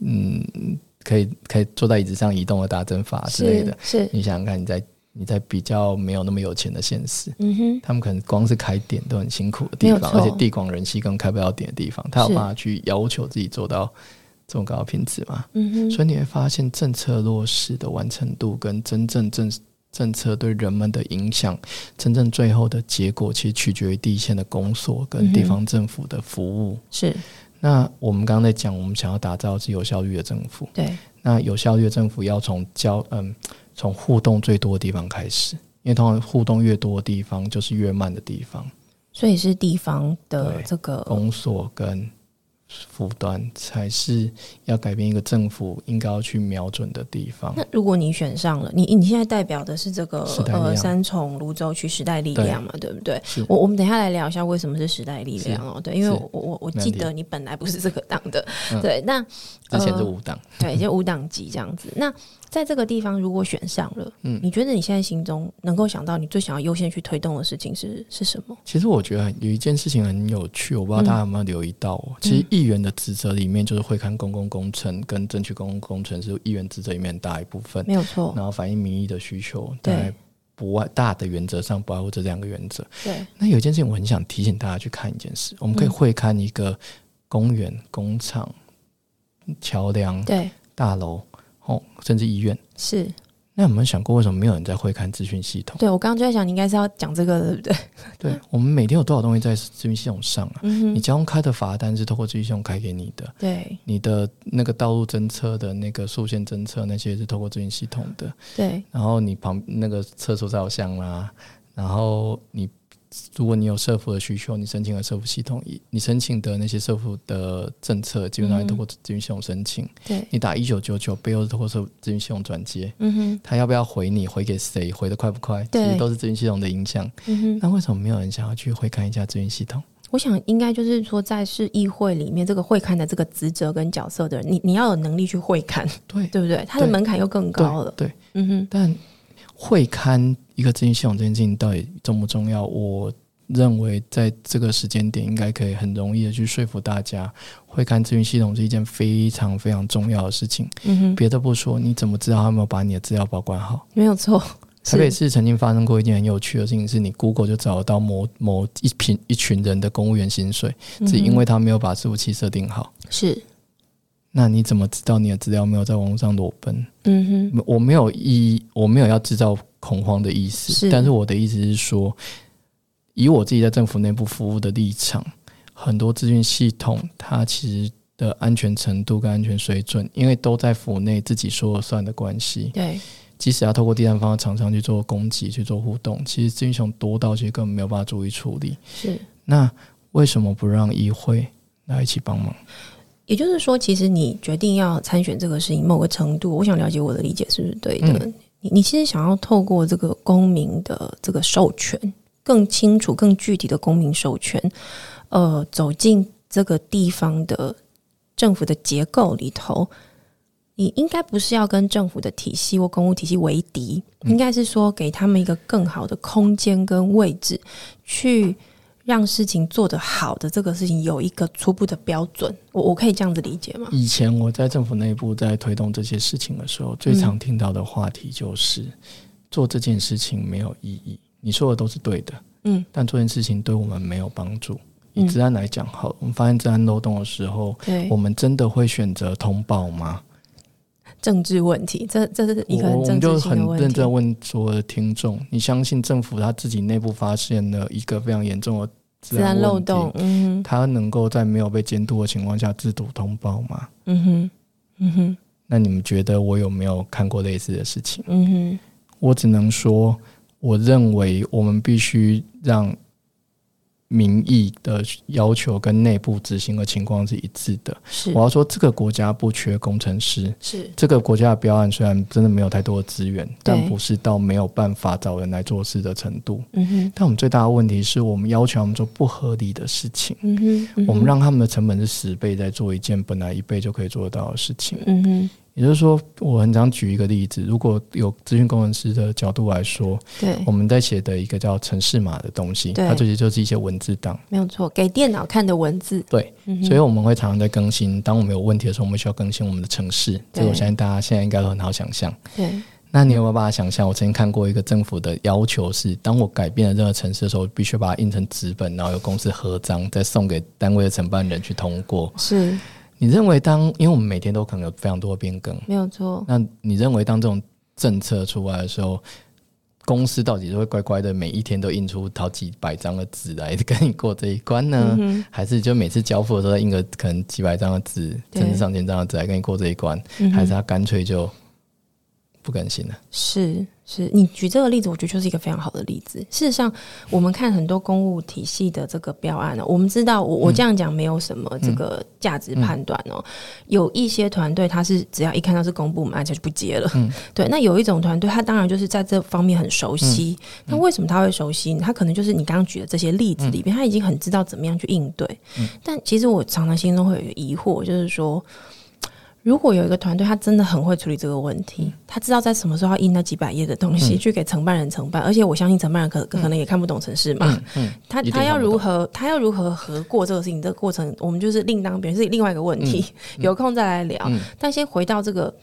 S3: 嗯，可以可以坐在椅子上移动的打针法啊之类的
S2: 是。是
S3: 你想想看，你在你在比较没有那么有钱的县市，
S2: 嗯哼
S3: 他们可能光是开店都很辛苦的
S2: 没
S3: 地
S2: 有
S3: 方，
S2: 错
S3: 而且地广人稀跟开不了店的地方，他有
S2: 是
S3: 办法去要求自己做到这么高的品质吗？
S2: 嗯哼
S3: 所以你会发现，政策落实的完成度跟真正政政策对人们的影响，真正最后的结果，其实取决于地县的公所跟
S2: 嗯
S3: 地方政府的服务。
S2: 是
S3: 那我们刚刚在讲，我们想要打造是有效率的政府。
S2: 对
S3: 那有效率的政府要从交嗯从互动最多的地方开始，因为通常互动越多的地方就是越慢的地方，
S2: 所以是地方的
S3: 对
S2: 这个
S3: 公所跟服端才是要改变一个政府应该要去瞄准的地方
S2: 那。如果你选上了，你你现在代表的是这个
S3: 时代力量
S2: 呃三重泸州区时代力量嘛，对不对
S3: 是？
S2: 我我们等一下来聊一下为什么是时代力量哦，对，因为
S3: 是
S2: 我我我
S3: 没
S2: 记
S3: 问题
S2: 得你本来不是这个党的，
S3: 嗯
S2: 对，那
S3: 之前是
S2: 呃
S3: 五党，
S2: 对就无党籍这样子。那在这个地方如果选上了，
S3: 嗯
S2: 你觉得你现在心中能够想到你最想要优先去推动的事情是是什么？
S3: 其实我觉得很有一件事情很有趣，我不
S2: 嗯
S3: 知道大家有没有留意到、哦。其实议员的职责里面，就是会看公共工程跟争取公共工程是议员职责里面很大一部分。
S2: 没有错，
S3: 然后反映民意的需求，
S2: 对
S3: 大概不外大的原则上不外乎这两个原则。
S2: 对，
S3: 那有一件事情我很想提醒大家去看一件事，我们
S2: 嗯
S3: 可以会看一个公园、工厂、桥梁、
S2: 对，
S3: 大楼，哦，甚至医院。
S2: 是，
S3: 那有没有想过，为什么没有人在会看资讯系统？
S2: 对我刚刚就在想，你应该是要讲这个的，对不对？
S3: 对我们每天有多少东西在资讯系统上啊？
S2: 嗯
S3: 你
S2: 哼，
S3: 交通开的罚单是透过资讯系统开给你的，
S2: 对
S3: 你的那个道路侦测的那个速线侦测那些是透过资讯系统的。
S2: 对
S3: 然后你旁那个厕所照相啦，然后你如果你有社服的需求，你申请了社服系统，你申请的那些社服的政策，基本上也通过咨询系统申请。
S2: 对，
S3: 你打一九九九，背后是通过社咨询系统转接，
S2: 嗯哼，
S3: 他要不要回你，回给谁，回的快不快，其
S2: 对
S3: 实都是咨询系统的影响。
S2: 嗯哼。
S3: 那为什么没有人想要去回看一下咨询系统？
S2: 我想应该就是说，在市议会里面，这个会刊的这个职责跟角色的人，你你要有能力去会刊，
S3: 对
S2: 对不对？它的门槛又更高了。
S3: 对，对
S2: 嗯哼，
S3: 但会看一个咨询系统这件事情到底重不重要？我认为在这个时间点，应该可以很容易的去说服大家，会看咨询系统是一件非常非常重要的事情。
S2: 嗯哼，
S3: 别的不说，你怎么知道他有没有把你的资料保管好？ *laughs*
S2: 没有错，
S3: 台北市曾经发生过一件很有趣的事情，是你 Google 就找得到某某一群一群人的公务员薪水，
S2: 嗯
S3: 只因为他没有把伺服器设定好。
S2: 是，
S3: 那你怎么知道你的资料没有在网络上裸奔？
S2: 嗯
S3: 我没有意，我没有要制造恐慌的意思，
S2: 是
S3: 但是我的意思是说，以我自己在政府内部服务的立场，很多资讯系统它其实的安全程度跟安全水准，因为都在府内自己说了算的关系
S2: 哼，，对，
S3: 即使要透过第三方的厂商去做攻击、去做互动，其实资讯系统多到其实根本没有办法逐一处理。
S2: 是。
S3: 那为什么不让议会来一起帮忙？
S2: 也就是说，其实你决定要参选这个事情，某个程度，我想了解我的理解是不是对的？
S3: 嗯
S2: 你你其实想要透过这个公民的这个授权，更清楚、更具体的公民授权，呃，走进这个地方的政府的结构里头。你应该不是要跟政府的体系或公务体系为敌，
S3: 嗯
S2: 应该是说给他们一个更好的空间跟位置，去让事情做得好的这个事情有一个初步的标准，我我可以这样子理解吗？
S3: 以前我在政府内部在推动这些事情的时候，最
S2: 嗯
S3: 常听到的话题就是、做这件事情没有意义。你说的都是对的，
S2: 嗯，
S3: 但做这件事情对我们没有帮助。以
S2: 嗯
S3: 治安来讲，好了，我们发现治安漏洞的时候，
S2: 对
S3: 我，们真的会选择通报吗？
S2: 政治问题，这这是一
S3: 我
S2: 个很
S3: 我们
S2: 政
S3: 就
S2: 治性
S3: 很
S2: 的问
S3: 认
S2: 题
S3: 真地。问所有的听众：你相信政府他自己内部发现了一个非常严重的治
S2: 自然漏
S3: 问题
S2: 洞，，嗯哼
S3: 他能够在没有被监督的情况下自主通报吗？
S2: 嗯哼，嗯哼，
S3: 那你们觉得我有没有看过类似的事情？
S2: 嗯哼，
S3: 我只能说，我认为我们必须让民意的要求跟内部执行的情况是一致的。
S2: 是
S3: 我要说，这个国家不缺工程师，
S2: 是，
S3: 这个国家的标案虽然真的没有太多的资源，但
S2: 对
S3: 不是到没有办法找人来做事的程度。
S2: 嗯哼，
S3: 但我们最大的问题是我们要求他们做不合理的事情，
S2: 嗯哼，嗯哼
S3: 我们，让他们的成本是十倍在做一件本来一倍就可以做得到的事情。
S2: 嗯哼，
S3: 也就是说，我很常举一个例子，如果有资讯工程师的角度来说，
S2: 对
S3: 我，们在写的一个叫城市码的东西，
S2: 对
S3: 它其实就是一些文字档。
S2: 没有错，给电脑看的文字，
S3: 对，
S2: 嗯哼
S3: 所以我们会常常在更新。当我们有问题的时候，我们需要更新我们的城市。这个我相信大家现在应该都很好想象。
S2: 对，
S3: 那你有没有办法想象？我曾经看过一个政府的要求是，当我改变了任何城市的时候，必须把它印成纸本，然后由公司合章，再送给单位的承办人去通过。
S2: 是
S3: 你认为当，因为我们每天都可能有非常多的变更，
S2: 没有错，
S3: 那你认为当这种政策出来的时候，公司到底是会乖乖的每一天都印出好几百张的纸来跟你过这一关
S2: 嗯
S3: 呢，还是就每次交付的时候再印个可能几百张的纸，
S2: 对
S3: 甚至上千张的纸来跟你过这一关，
S2: 嗯哼
S3: 还是他干脆就不更新了？
S2: 是是，你举这个例子，我觉得就是一个非常好的例子。事实上，我们看很多公务体系的这个标案呢、哦我们知道，我
S3: 嗯
S2: 我这样讲没有什么这个价值判断哦、有一些团队，他是只要一看到是公部门案，他就不接了。对，那有一种团队，他当然就是在这方面很
S3: 嗯
S2: 熟悉。那为什么他会熟悉？他可能就是你刚刚举的这些例
S3: 嗯
S2: 子里边，他已经很知道怎么样去应对。但其实我常常心中会有一个疑惑，就是说，如果有一个团队，他真的很会处理这个问题，
S3: 嗯
S2: 他知道在什么时候要印那几百页的东西、去给承办人承办，而且我相信承办人可可能也看不懂城市嘛，他
S3: 嗯一定
S2: 他要
S3: 看不
S2: 如
S3: 懂
S2: 何他要如何合过这个事情，这个过程我们就是另当别论，是另外一个问题，
S3: 嗯
S2: 有空再来聊。但先回到这个。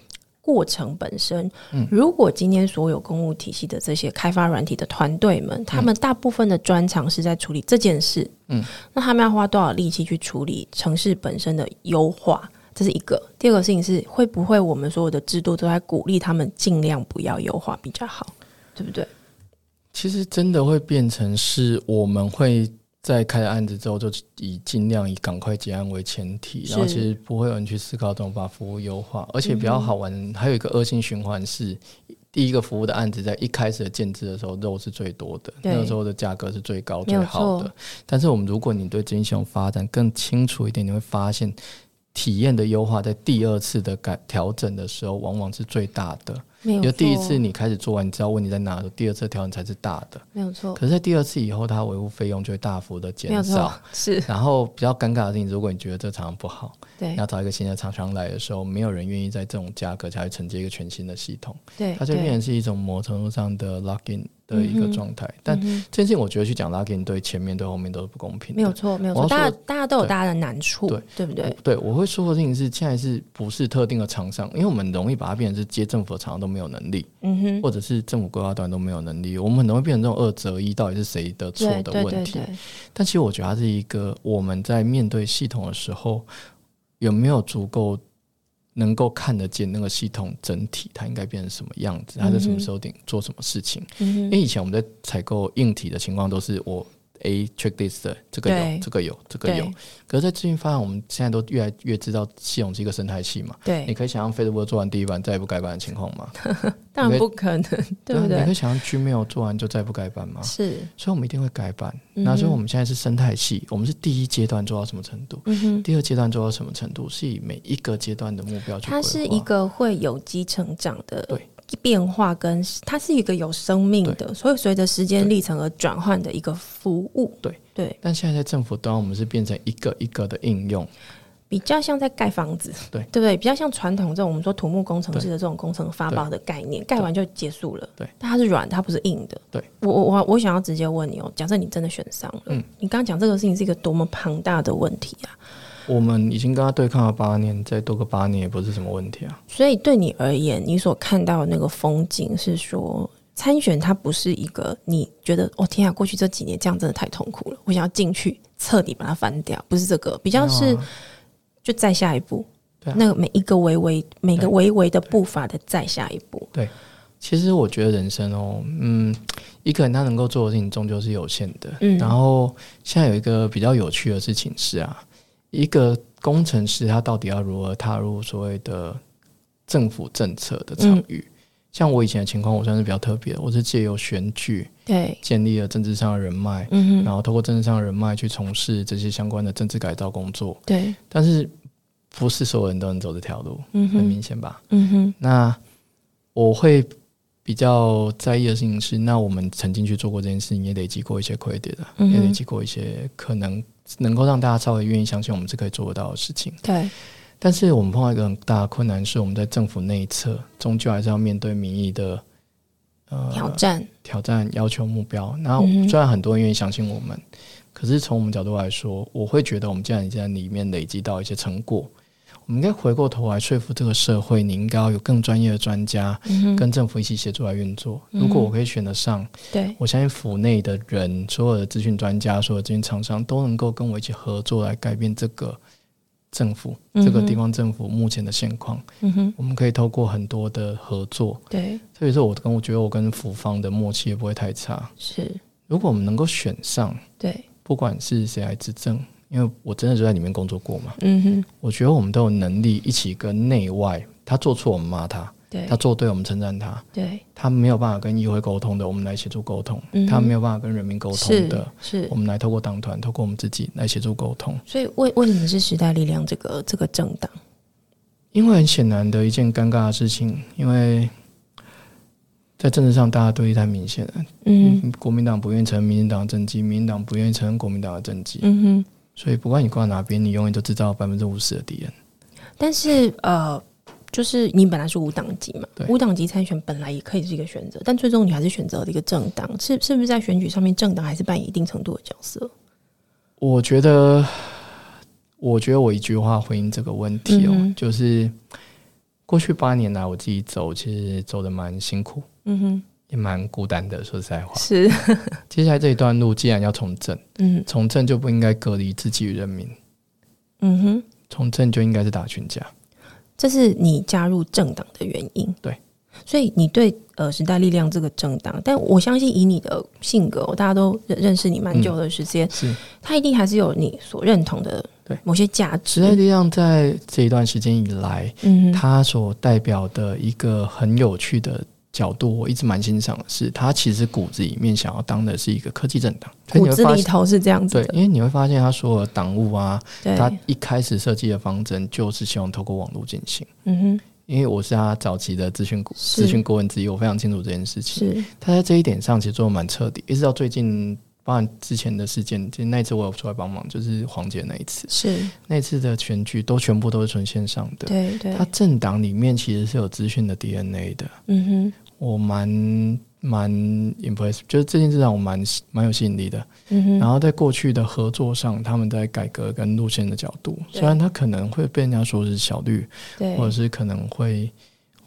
S2: 过程本身，如果今天所有公务体系的这些开发软体的团队们，他们大部分的专长是在处理这件事，
S3: 嗯
S2: 那他们要花多少力气去处理城市本身的优化？这是一个。第二个事情是，会不会我们所有的制度都在鼓励他们尽量不要优化比较好，对不对？
S3: 其实真的会变成是我们会。在开了案子之后，就以尽量以赶快结案为前提，
S2: 是
S3: 然后其实不会有人去思考怎么把服务优化，而且比较好玩，还有一个恶性循环是，第一个服务的案子在一开始的建制的时候，肉是最多的，
S2: 对
S3: 那个时候的价格是最高
S2: 没
S3: 最
S2: 有
S3: 好的
S2: 错。
S3: 但是我们如果你对金融发展更清楚一点，你会发现体验的优化在第二次的改调整的时候，往往是最大的。
S2: 没有
S3: 因为
S2: 错，
S3: 第一次
S2: 哦
S3: 你开始做完，你知道问题在哪的时候，第二次调整才是大的。
S2: 没有错，
S3: 可是，在第二次以后，它维护费用就会大幅的
S2: 没有
S3: 减
S2: 错
S3: 少。，
S2: 是
S3: 然后比较尴尬的事情，如果你觉得这厂商不好，
S2: 对
S3: 要找一个新的厂商来的时候，没有人愿意在这种价格下去承接一个全新的系统，
S2: 对，
S3: 它就变
S2: 哎对嗯
S3: 成是一种某种程度上的 lock in 的一个状态。但这件事情我觉得去讲 lucky 对前面对后面都是不公平的。
S2: 没有错，没有错，
S3: 我要说
S2: 大家大家都有大家的难处，
S3: 对
S2: 对不对？
S3: 对，我会说的事情是，现在是不是特定的厂商？因为我们容易把它变成是接政府的厂商都没有能力，
S2: 嗯哼，
S3: 或者是政府规划端都没有能力，我们很容易变成这种二择一，到底是谁的错
S2: 对
S3: 的
S2: 对
S3: 问
S2: 对
S3: 题。
S2: 对，
S3: 但其实我觉得它是一个我们在面对系统的时候，有没有足够能够看得见那个系统整体它应该变成什么样子，它在
S2: 嗯
S3: 什么时候点做什么事情？因为以前我们在采购硬体的情况都是我 A checklist 的这个
S2: 对
S3: 有，这个有，这个有
S2: 对。
S3: 可是，在最近发展，我们现在都越来越知道系统是一个生态系嘛。你
S2: 对，
S3: 可以想象 Facebook 做完第一版再也不改版的情况吗？
S2: 当然
S3: 你可以
S2: 不可
S3: *laughs*
S2: 能，对不
S3: 啊你可
S2: 对
S3: 以？想象 Gmail 做完就再也不改版吗？
S2: 是，嗯
S3: 所以我们一定会改版。那所以我们现在是生态系，我们是第一阶段做到什么程度，
S2: 嗯哼，
S3: 第二阶段做到什么程度，是以每一个阶段的目标去规划。
S2: 它是一个会有机成长的
S3: 对
S2: 变化跟，它是一个有生命的，所以随着时间历程而转换的一个服务。
S3: 对
S2: 对，
S3: 但现在在政府端，我们是变成一个一个的应用，
S2: 比较像在盖房子，
S3: 对
S2: 对不对？比较像传统这种我们说土木工程师的这种工程发包的概念，盖完就结束了。
S3: 对，
S2: 但它是软的，它不是硬的。
S3: 对，嗯
S2: 我我我我想要直接问你哦，假设你真的选上了，你刚刚讲这个事情是一个多么庞大的问题啊！
S3: 我们已经跟他对抗了八年，再多个八年也不是什么问题啊。
S2: 所以对你而言，你所看到的那个风景是说，参选它不是一个你觉得哦天啊，过去这几年这样真的太痛苦了，我想要进去彻底把它翻掉，不是这个，比较
S3: 没
S2: 是
S3: 有啊
S2: 就再下一步，
S3: 对啊
S2: 那个每一个微微每个微微的步伐的再下一步，
S3: 其实我觉得人生哦，嗯，一个人他能够做的事情终究是有限的。
S2: 嗯
S3: 然后现在有一个比较有趣的事情是啊，一个工程师他到底要如何踏入所谓的政府政策的
S2: 嗯
S3: 场域？像我以前的情况，我算是比较特别的，我是借由选举
S2: 对，
S3: 建立了政治上的人脉，
S2: 嗯哼，
S3: 然后透过政治上的人脉去从事这些相关的政治改造工作。
S2: 对，
S3: 但是不是所有人都能走这条路，
S2: 嗯
S3: 很
S2: 哼，
S3: 明显吧？
S2: 嗯哼，
S3: 那我会比较在意的事情是，那我们曾经去做过这件事情，也累积过一些 credit，、啊
S2: 嗯哼
S3: 也累积过一些可能能够让大家稍微愿意相信我们是可以做得到的事情。
S2: 对，
S3: 但是我们碰到一个很大的困难是，我们在政府内侧终究还是要面对民意的
S2: 挑战，
S3: 挑战、要求、目标。那
S2: 嗯哼
S3: 虽然很多人愿意相信我们，可是从我们角度来说，我会觉得我们既然已经在里面累积到一些成果，我们应该回过头来说服这个社会，你应该要有更专业的专家，
S2: 嗯哼，
S3: 跟政府一起协助来运作。
S2: 嗯
S3: 如果我可以选得上，
S2: 对，
S3: 我相信府内的人、所有的咨询专家、所有的咨询厂商都能够跟我一起合作来改变这个政府、
S2: 嗯哼
S3: 这个地方政府目前的现况。
S2: 嗯哼，
S3: 我们可以透过很多的合作，
S2: 对，
S3: 特别是我跟我觉得我跟府方的默契也不会太差。
S2: 是，
S3: 如果我们能够选上，
S2: 对，
S3: 不管是谁来执政，因为我真的就在里面工作过嘛，
S2: 嗯哼，
S3: 我觉得我们都有能力一起跟内外，他做错我们骂他，
S2: 对
S3: 他，做对我们称赞他。
S2: 对，
S3: 他没有办法跟议会沟通的，我们来协助沟通；
S2: 嗯哼
S3: 他没有办法跟人民沟通
S2: 是
S3: 的，
S2: 是
S3: 我。们来透过党团，透过我们自己来协助沟通。
S2: 所以为为什么是时代力量这个这个政党？
S3: 因为很显然的一件尴尬的事情，因为在政治上大家对立太明显了。
S2: 嗯
S3: 国民党不愿意承认民进党的政绩，民进党不愿意承认国民党的政绩，
S2: 嗯
S3: 所以不管你挂哪边，你永远都知道百分之五十的敌人。
S2: 哼，但是呃，就是你本来是无党籍嘛
S3: 对，
S2: 无党籍参选本来也可以是一个选择，但最终你还是选择了一个政党，是是不是在选举上面政党还是扮演一定程度的角色？
S3: 我觉得，我觉得我一句话回应这个问题哦，
S2: 嗯哼
S3: 就是过去八年来我自己走，其实走的蛮辛苦。
S2: 嗯哼，
S3: 也蛮孤单的，说实在话。
S2: 是， *laughs*
S3: 接下来这一段路，既然要从政，
S2: 嗯
S3: 从政就不应该隔离自己与人民，
S2: 嗯哼，
S3: 从政就应该是打群架。
S2: 这是你加入政党的原因。
S3: 对，
S2: 所以你对呃时代力量这个政党，但我相信以你的性格，大家都认认识你蛮
S3: 嗯
S2: 久的时间，
S3: 是
S2: 他一定还是有你所认同的
S3: 对
S2: 某些价
S3: 时代
S2: 值。
S3: 力量在这一段时间以来，
S2: 嗯哼，
S3: 它所代表的一个很有趣的角度，我一直蛮欣赏的是，它其实骨子里面想要当的是一个科技政党。所以
S2: 骨
S3: 你
S2: 子
S3: 会发
S2: 里
S3: 现，
S2: 头是这样子
S3: 对，
S2: 的。
S3: 因为你会发现它所有的党务啊，
S2: 对，
S3: 它一开始设计的方针就是希望透过网络进行。
S2: 嗯哼，
S3: 因为我是他早期的咨询顾
S2: 是
S3: 咨询顾问之一，我非常清楚这件事情。
S2: 是，
S3: 他在这一点上其实做的蛮彻底，一直到最近，包含之前的事件，就那一次我有出来帮忙，就是黄姐那一次，
S2: 是，
S3: 那一次的选举都全部都是纯线上的。
S2: 对对
S3: 他，政党里面其实是有资讯的 DNA 的，
S2: 嗯哼，
S3: 我蛮蛮 impressive，就是这件事让我蛮蛮有吸引力的。
S2: 嗯哼，
S3: 然后在过去的合作上，他们在改革跟路线的角度，
S2: 对
S3: 虽然它可能会被人家说是小绿，
S2: 对，
S3: 或者是可能会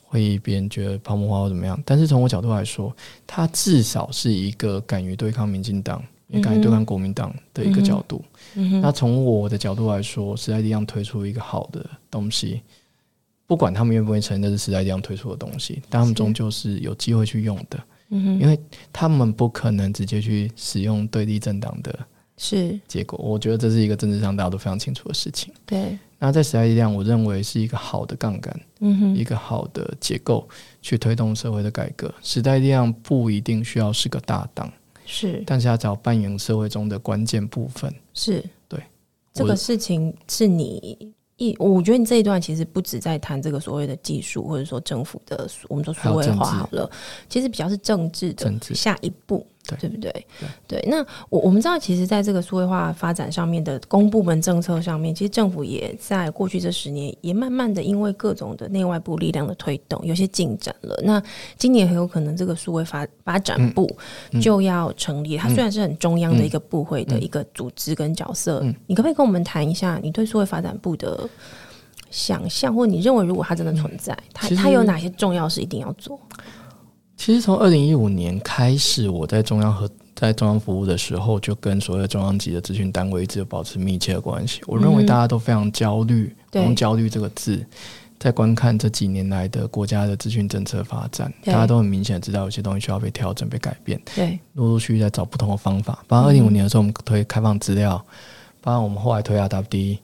S3: 会别人觉得泡沫化或怎么样，但是从我角度来说，它至少是一个敢于对抗民进党。也敢于对抗国民党的一个角度。
S2: 嗯哼，
S3: 那从我的角度来说，时代力量推出一个好的东西，不管他们愿不愿意承认这是时代力量推出的东西，但他们终究是有机会去用的。
S2: 嗯哼，
S3: 因为他们不可能直接去使用对立政党的
S2: 是
S3: 结果。我觉得这是一个政治上大家都非常清楚的事情。
S2: 对，
S3: 那在时代力量，我认为是一个好的杠杆，
S2: 嗯哼，
S3: 一个好的结构去推动社会的改革。时代力量不一定需要是个大党，
S2: 是
S3: 但是它只要扮演社会中的关键部分。
S2: 是，
S3: 对，
S2: 这
S3: 我
S2: 个事情是你。一，我觉得你这一段其实不止在谈这个所谓的技术，或者说政府的所我们说
S3: 还
S2: 数
S3: 有
S2: 位
S3: 政
S2: 化
S3: 治
S2: 好了，其实比较是政治的
S3: 政治
S2: 下一步，
S3: 对
S2: 对不对？对，那我我们知道，其实在这个数位化发展上面的公部门政策上面，其实政府也在过去这十年也慢慢的因为各种的内外部力量的推动，有些进展了。那今年很有可能这个数位发发展部
S3: 嗯
S2: 就要成立，它虽然是很中央的一个部会的
S3: 嗯
S2: 一个组织跟角色，
S3: 嗯
S2: 你可不可以跟我们谈一下你对数位发展部的？想象，或你认为如果它真的存在，它
S3: 嗯其实
S2: 它有哪些重要事一定要做？
S3: 其实从二零一五年开始，我在中央和在中央服务的时候，就跟所有中央级的咨询单位一直有保持密切的关系。我认为
S2: 嗯
S3: 大家都非常焦虑，我
S2: 对
S3: 用“焦虑”这个字，在观看这几年来的国家的资讯政策发展，
S2: 对
S3: 大家都很明显地知道有些东西需要被调整、被改变，
S2: 对，
S3: 陆陆续续在找不同的方法。包括二零五年的时候，我们推开放资料，包括我们后来推 RWD。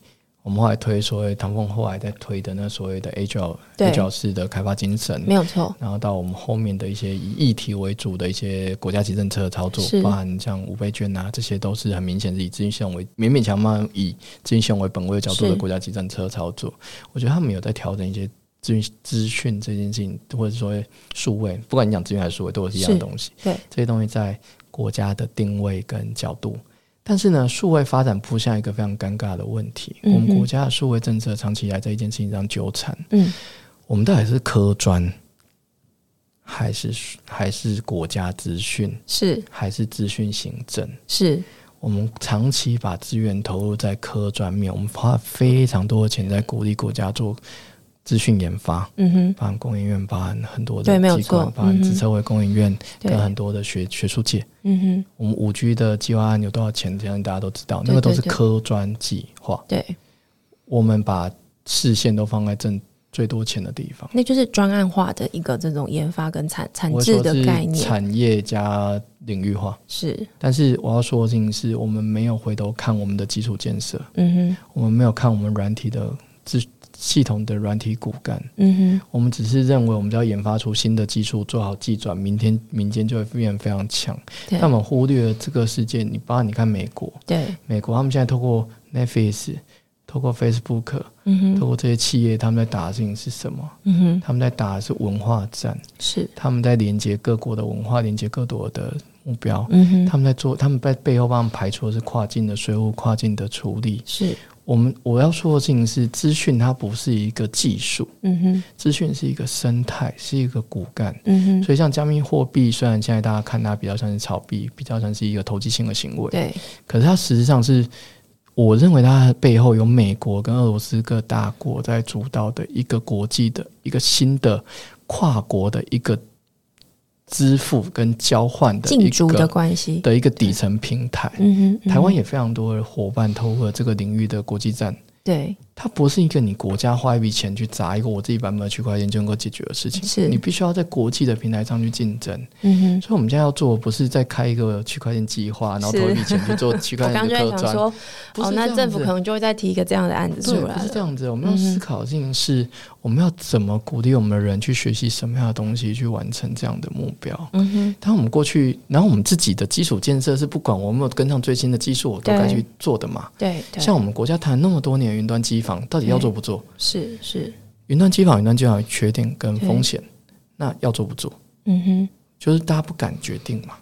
S3: 我们后来推所谓唐凤后来在推的那所谓的 Agile
S2: 对
S3: Agile 式的开发精神，
S2: 没有错，
S3: 然后到我们后面的一些以议题为主的一些国家级政策的操作
S2: 是，
S3: 包含像五倍券啊，这些都是很明显是以资金系统为勉勉强强以资金系统为本位的角度
S2: 是
S3: 的国家级政策操作。我觉得他们有在调整一些资讯资讯这件事情，或者说数位，不管你讲资讯还是数位，都是一样的
S2: 是
S3: 东西。
S2: 对，
S3: 这些东西在国家的定位跟角度。但是呢，数位发展扑向一个非常尴尬的问题。
S2: 嗯哼
S3: 我们国家的数位政策长期以来在一件事情上纠缠，
S2: 嗯，
S3: 我们到底是科专，还是还是国家资讯，
S2: 是
S3: 还是资讯行政？
S2: 是，
S3: 我们长期把资源投入在科专面，我们花了非常多的钱在鼓励国家做资讯研发，
S2: 嗯哼，
S3: 包含工研院，包含很多
S2: 对
S3: 的
S2: 没有
S3: 机关
S2: 错，
S3: 包含
S2: 嗯哼
S3: 资策会工研院
S2: 对
S3: 跟，很多的学学术界。
S2: 嗯哼，
S3: 我们五 G 的计划案有多少钱？相信大家都知道，
S2: 对
S3: 那个都是
S2: 对对
S3: 科专计划。
S2: 对，
S3: 我们把视线都放在挣最多钱的地方。
S2: 那就是专案化的一个这种研发跟产产
S3: 我会
S2: 制
S3: 说
S2: 的
S3: 是
S2: 概念，
S3: 产业加领域化。
S2: 是，
S3: 但是我要说的事情是，我们没有回头看我们的基础建设，
S2: 嗯哼，
S3: 我们没有看我们软体的自系统的软体骨干，
S2: 嗯哼，
S3: 我们只是认为我们只要研发出新的技术，做好技转，明天民间就会变得非常强。
S2: 对
S3: 但我们忽略了这个世界，你包括你看美国，
S2: 对，
S3: 美国他们现在透过 Netflix、透过 Facebook、
S2: 嗯哼，
S3: 透过这些企业，他们在打的事情是什么？
S2: 嗯哼，
S3: 他们在打的是文化战。
S2: 是，
S3: 他们在连接各国的文化，连接各国的目标。
S2: 嗯哼，
S3: 他们在做，他们在背后帮我们排除的是跨境的税务、跨境的处理。
S2: 是，
S3: 我们我要说的事情是，资讯它不是一个技术，
S2: 嗯哼，
S3: 资讯是一个生态，是一个骨干。
S2: 嗯哼，
S3: 所以，像加密货币，虽然现在大家看它比较像是炒币，比较像是一个投机性的行为，
S2: 对，
S3: 可是它实际上是，我认为它背后有美国跟俄罗斯各大国在主导的一个国际的一个新的跨国的一个支付跟交换的一
S2: 竞逐的
S3: 个
S2: 关系，
S3: 的一个底层平台。
S2: 嗯哼，嗯
S3: 台湾
S2: 哼
S3: 也非常多的伙伴透过这个领域的国际站，
S2: 对，
S3: 它不是一个你国家花一笔钱去砸一个我自己版本的区块链就能够解决的事情，
S2: 是
S3: 你必须要在国际的平台上去竞争。
S2: 嗯哼。
S3: 所以我们现在要做的不是再开一个区块链计划，然后投一笔钱去做区
S2: 我
S3: 块
S2: 刚
S3: 链
S2: 刚就在想
S3: 的科专，
S2: 说，*laughs*
S3: 不
S2: 哦，
S3: 是这
S2: 那
S3: 样
S2: 政府
S3: 子
S2: 可能就会再提一个这样的案子
S3: 对，
S2: 出来
S3: 不是这
S2: 了。
S3: 样子。我们要思考的事情是，我们要怎么鼓励我们的人去学习什么样的东西，去完成这样的目标。
S2: 嗯哼，
S3: 当我们过去，然后我们自己的基础建设是不管我有没有跟上最新的技术，我都
S2: 对
S3: 该去做的嘛。
S2: 对对，嗯
S3: 像我们国家谈那么多年的云端机房，到底要做不做？
S2: 是是，
S3: 云端机房，云端机房有缺点跟风险，那要做不做？
S2: 嗯哼，
S3: 就是大家不敢决定嘛。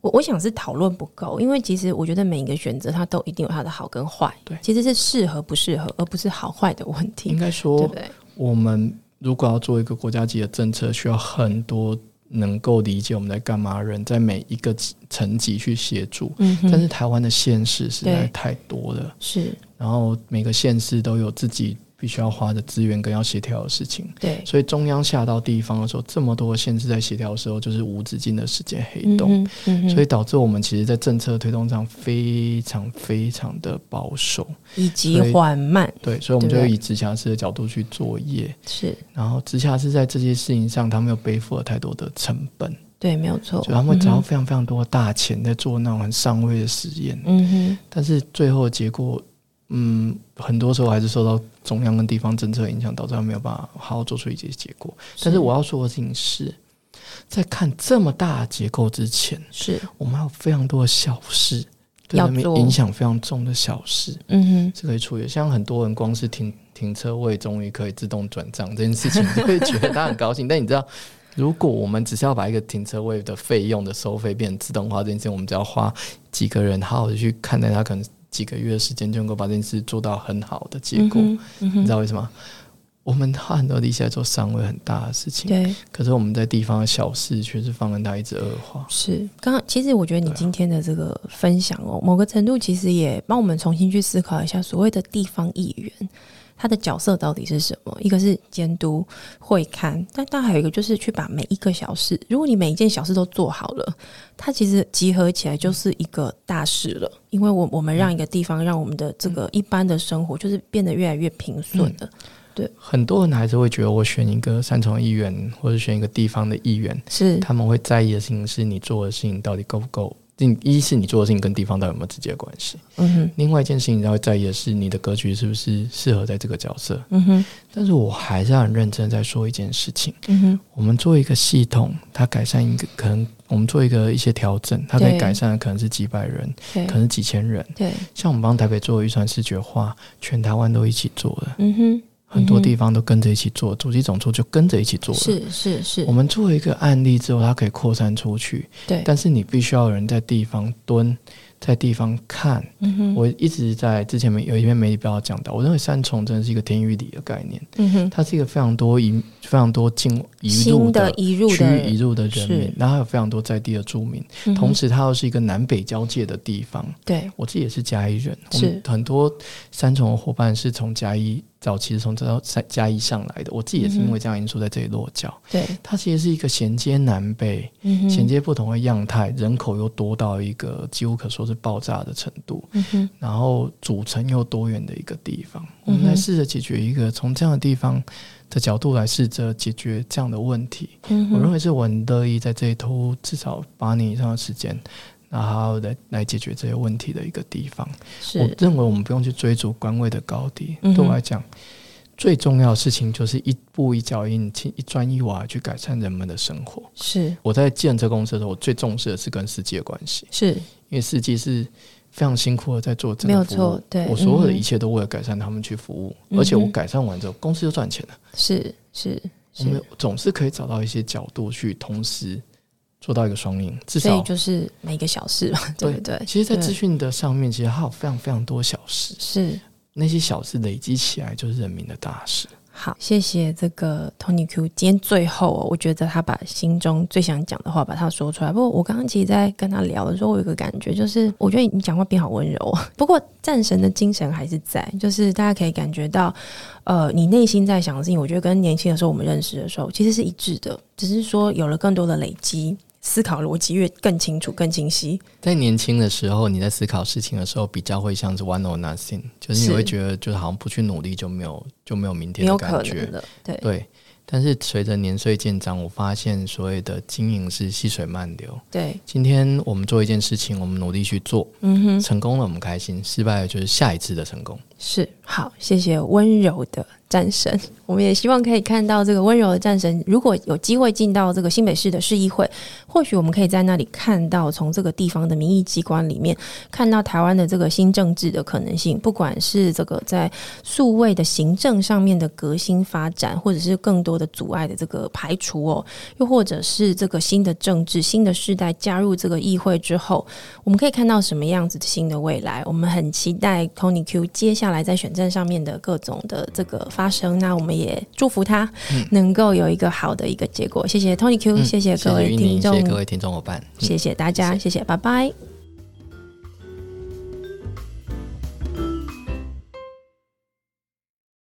S2: 我我想是讨论不够，因为其实我觉得每一个选择它都一定有它的好跟坏，
S3: 对
S2: 其实是适合不适合，而不是好坏的问
S3: 应
S2: 题，
S3: 该
S2: 对
S3: 说
S2: 不，对？
S3: 我们如果要做一个国家级的政策，需要很多能够理解我们在干嘛的人，在每一个层级去协助。
S2: 嗯哼，
S3: 但是台湾的县市实在
S2: 对
S3: 太多了，
S2: 是
S3: 然后每个县市都有自己必须要花的资源跟要协调的事情，
S2: 对，
S3: 所以中央下到地方的时候，这么多的县市在协调的时候，就是无止境的时间黑洞。
S2: 嗯哼，嗯哼
S3: 所以导致我们其实，在政策推动上非常非常的保守，
S2: 以及
S3: 所以
S2: 缓慢
S3: 对，所以我们
S2: 对
S3: 就
S2: 不对
S3: 以直辖市的角度去作业，
S2: 是
S3: 然后直辖市在这些事情上，他们又背负了太多的成本，
S2: 对，没有错，
S3: 就他们只
S2: 嗯
S3: 要
S2: 哼
S3: 非常非常多的大钱在做那种很上位的实验，
S2: 嗯哼，
S3: 但是最后的结果，嗯，很多时候还是受到中央跟地方政策的影响，导致他没有办法好好做出一些结果。但是我要说的事情是，在看这么大的结构之前，
S2: 是
S3: 我们还有非常多的小事，对
S2: 要
S3: 他们
S2: 做
S3: 影响非常重的小事
S2: 嗯哼，
S3: 是可以处理的。像很多人光是停停车位终于可以自动转账这件事情，就会觉得他很高兴。但你知道，如果我们只是要把一个停车位的费用的收费变成自动化这件事情，我们只要花几个人好好的去看待它，可能几个月的时间就能够把这件事做到很好的结果。
S2: 嗯哼嗯
S3: 你知
S2: 哼，
S3: 道为什么？我们花很多力气来做三维很大的事情，
S2: 对，
S3: 可是我们在地方的小事却是放任它一直恶化。
S2: 是，刚刚其实我觉得你今天的这个分享哦，某个程度其实也帮我们重新去思考一下所谓的地方议员。他的角色到底是什么？一个是监督、会看，但但还有一个就是去把每一个小事，如果你每一件小事都做好了，它其实集合起来就是一个大事了。因为我我们让一个地方，让我们的这个一般的生活就是变得越来越平顺了。
S3: 很多人还是会觉得，我选一个三重议员，或者选一个地方的议员，
S2: 是，
S3: 他们会在意的事情是你做的事情到底够不够。另一是你做的事情跟地方到底有没有直接关系，
S2: 嗯哼，
S3: 另外一件事情他会在意的是你的格局是不是适合在这个角色。
S2: 嗯哼，
S3: 但是我还是要很认真地在说一件事情：
S2: 嗯哼，
S3: 我们做一个系统，它改善一个可能，我们做一个一些调整，它可以
S2: 对
S3: 改善的可能是几百人，
S2: 对
S3: 可，能是几千人。
S2: 对，
S3: 像我们帮台北做的预算视觉化，全台湾都一起做了。
S2: 嗯哼，
S3: 很多地方都跟着一起做，主机总处就跟着一起做了。
S2: 是是是
S3: 我，们做一个案例之后，它可以扩散出去，
S2: 对，
S3: 但是你必须要有人在地方蹲，在地方看。
S2: 嗯哼，
S3: 我一直在之前没有一篇媒体报道讲到，我认为三重真的是一个天与理的概念，
S2: 嗯哼，
S3: 它是一个非常多移非常多进移入
S2: 新的
S3: 的
S2: 移入
S3: 区域移
S2: 的，
S3: 入的人民
S2: 是，
S3: 然后还有非常多在地的住民，
S2: 嗯哼
S3: 同时它又是一个南北交界的地方。
S2: 对，
S3: 我自己也是嘉义人，我
S2: 是
S3: 们很多三重的伙伴是从嘉义早期是从这嘉嘉义上来的，我自己也
S2: 嗯
S3: 是因为这样因素在这里落脚。
S2: 对，
S3: 它其实是一个衔接南北、
S2: 嗯哼，
S3: 衔接不同的样态，人口又多到一个几乎可说是爆炸的程度，
S2: 嗯哼，
S3: 然后组成又多元的一个地方。我
S2: 嗯哼
S3: 们来试着解决一个从这样的地方的角度来试着解决这样的问题。
S2: 嗯
S3: 我认
S2: 哼，
S3: 为是我很乐意在这里投入至少八年以上的时间，然后来来解决这些问题的一个地方。我
S2: 是，
S3: 认为我们不用去追逐官位的高低，
S2: 嗯哼
S3: 对我来讲，最重要的事情就是一步一脚印、一一砖一瓦去改善人们的生活。
S2: 是
S3: 我在建设公司的时候，我最重视的是跟司机的关系，
S2: 是，
S3: 因为司机是。非常辛苦的在做这
S2: 没有
S3: 个服
S2: 错
S3: 务，，
S2: 对，
S3: 我所有的
S2: 嗯哼
S3: 一切都为了改善他们去服务，
S2: 嗯哼
S3: 而且我改善完之后，公司就赚钱了。
S2: 是是
S3: 我们
S2: 是，
S3: 总是可以找到一些角度去同时做到一个双赢，至
S2: 所以
S3: 少
S2: 就是每个小事嘛，对不对？
S3: 其实，在
S2: 对
S3: 资讯的上面，其实还有非常非常多小事，
S2: 是
S3: 那些小事累积起来就是人民的大事。
S2: 好，谢谢这个 Tony Q。今天最后、哦，我觉得他把心中最想讲的话把它说出来。不过我刚刚其实，在跟他聊的时候，我有一个感觉，就是我觉得你讲话变好温柔哦。 *laughs* 不过战神的精神还是在，就是大家可以感觉到，呃，你内心在想的事情，我觉得跟年轻的时候我们认识的时候其实是一致的，只是说有了更多的累积，思考逻辑越更清楚、更清晰。
S3: 在年轻的时候，你在思考事情的时候，比较会像是 one or nothing，就是
S2: 是
S3: 你会觉得就是好像不去努力就没有就没有明
S2: 没
S3: 天
S2: 有
S3: 的
S2: 可
S3: 感觉
S2: 能。的，对，
S3: 对，但是随着年岁渐长，我发现所谓的经营是细水慢流。
S2: 对，
S3: 今天我们做一件事情，我们努力去做，
S2: 嗯哼，
S3: 成功了我们开心，失败了就是下一次的成功。
S2: 是好，谢谢温柔的战神。我们也希望可以看到这个温柔的战神，如果有机会进到这个新北市的市议会，或许我们可以在那里看到从这个地方的民意机关里面看到台湾的这个新政治的可能性，不管是这个在数位的行政上面的革新发展，或者是更多的阻碍的这个排除哦，又或者是这个新的政治、新的世代加入这个议会之后，我们可以看到什么样子的新的未来。我们很期待 Tony Q 接下下来在选战上面的各种的这个发生，那我们也祝福他能够有一个好的一个结果。谢谢 Tony Q，、
S3: 嗯
S2: 谢谢各位
S3: 玉宁
S2: 听众，
S3: 谢谢各位听众伙伴，嗯
S2: 谢谢大家，谢谢，拜拜。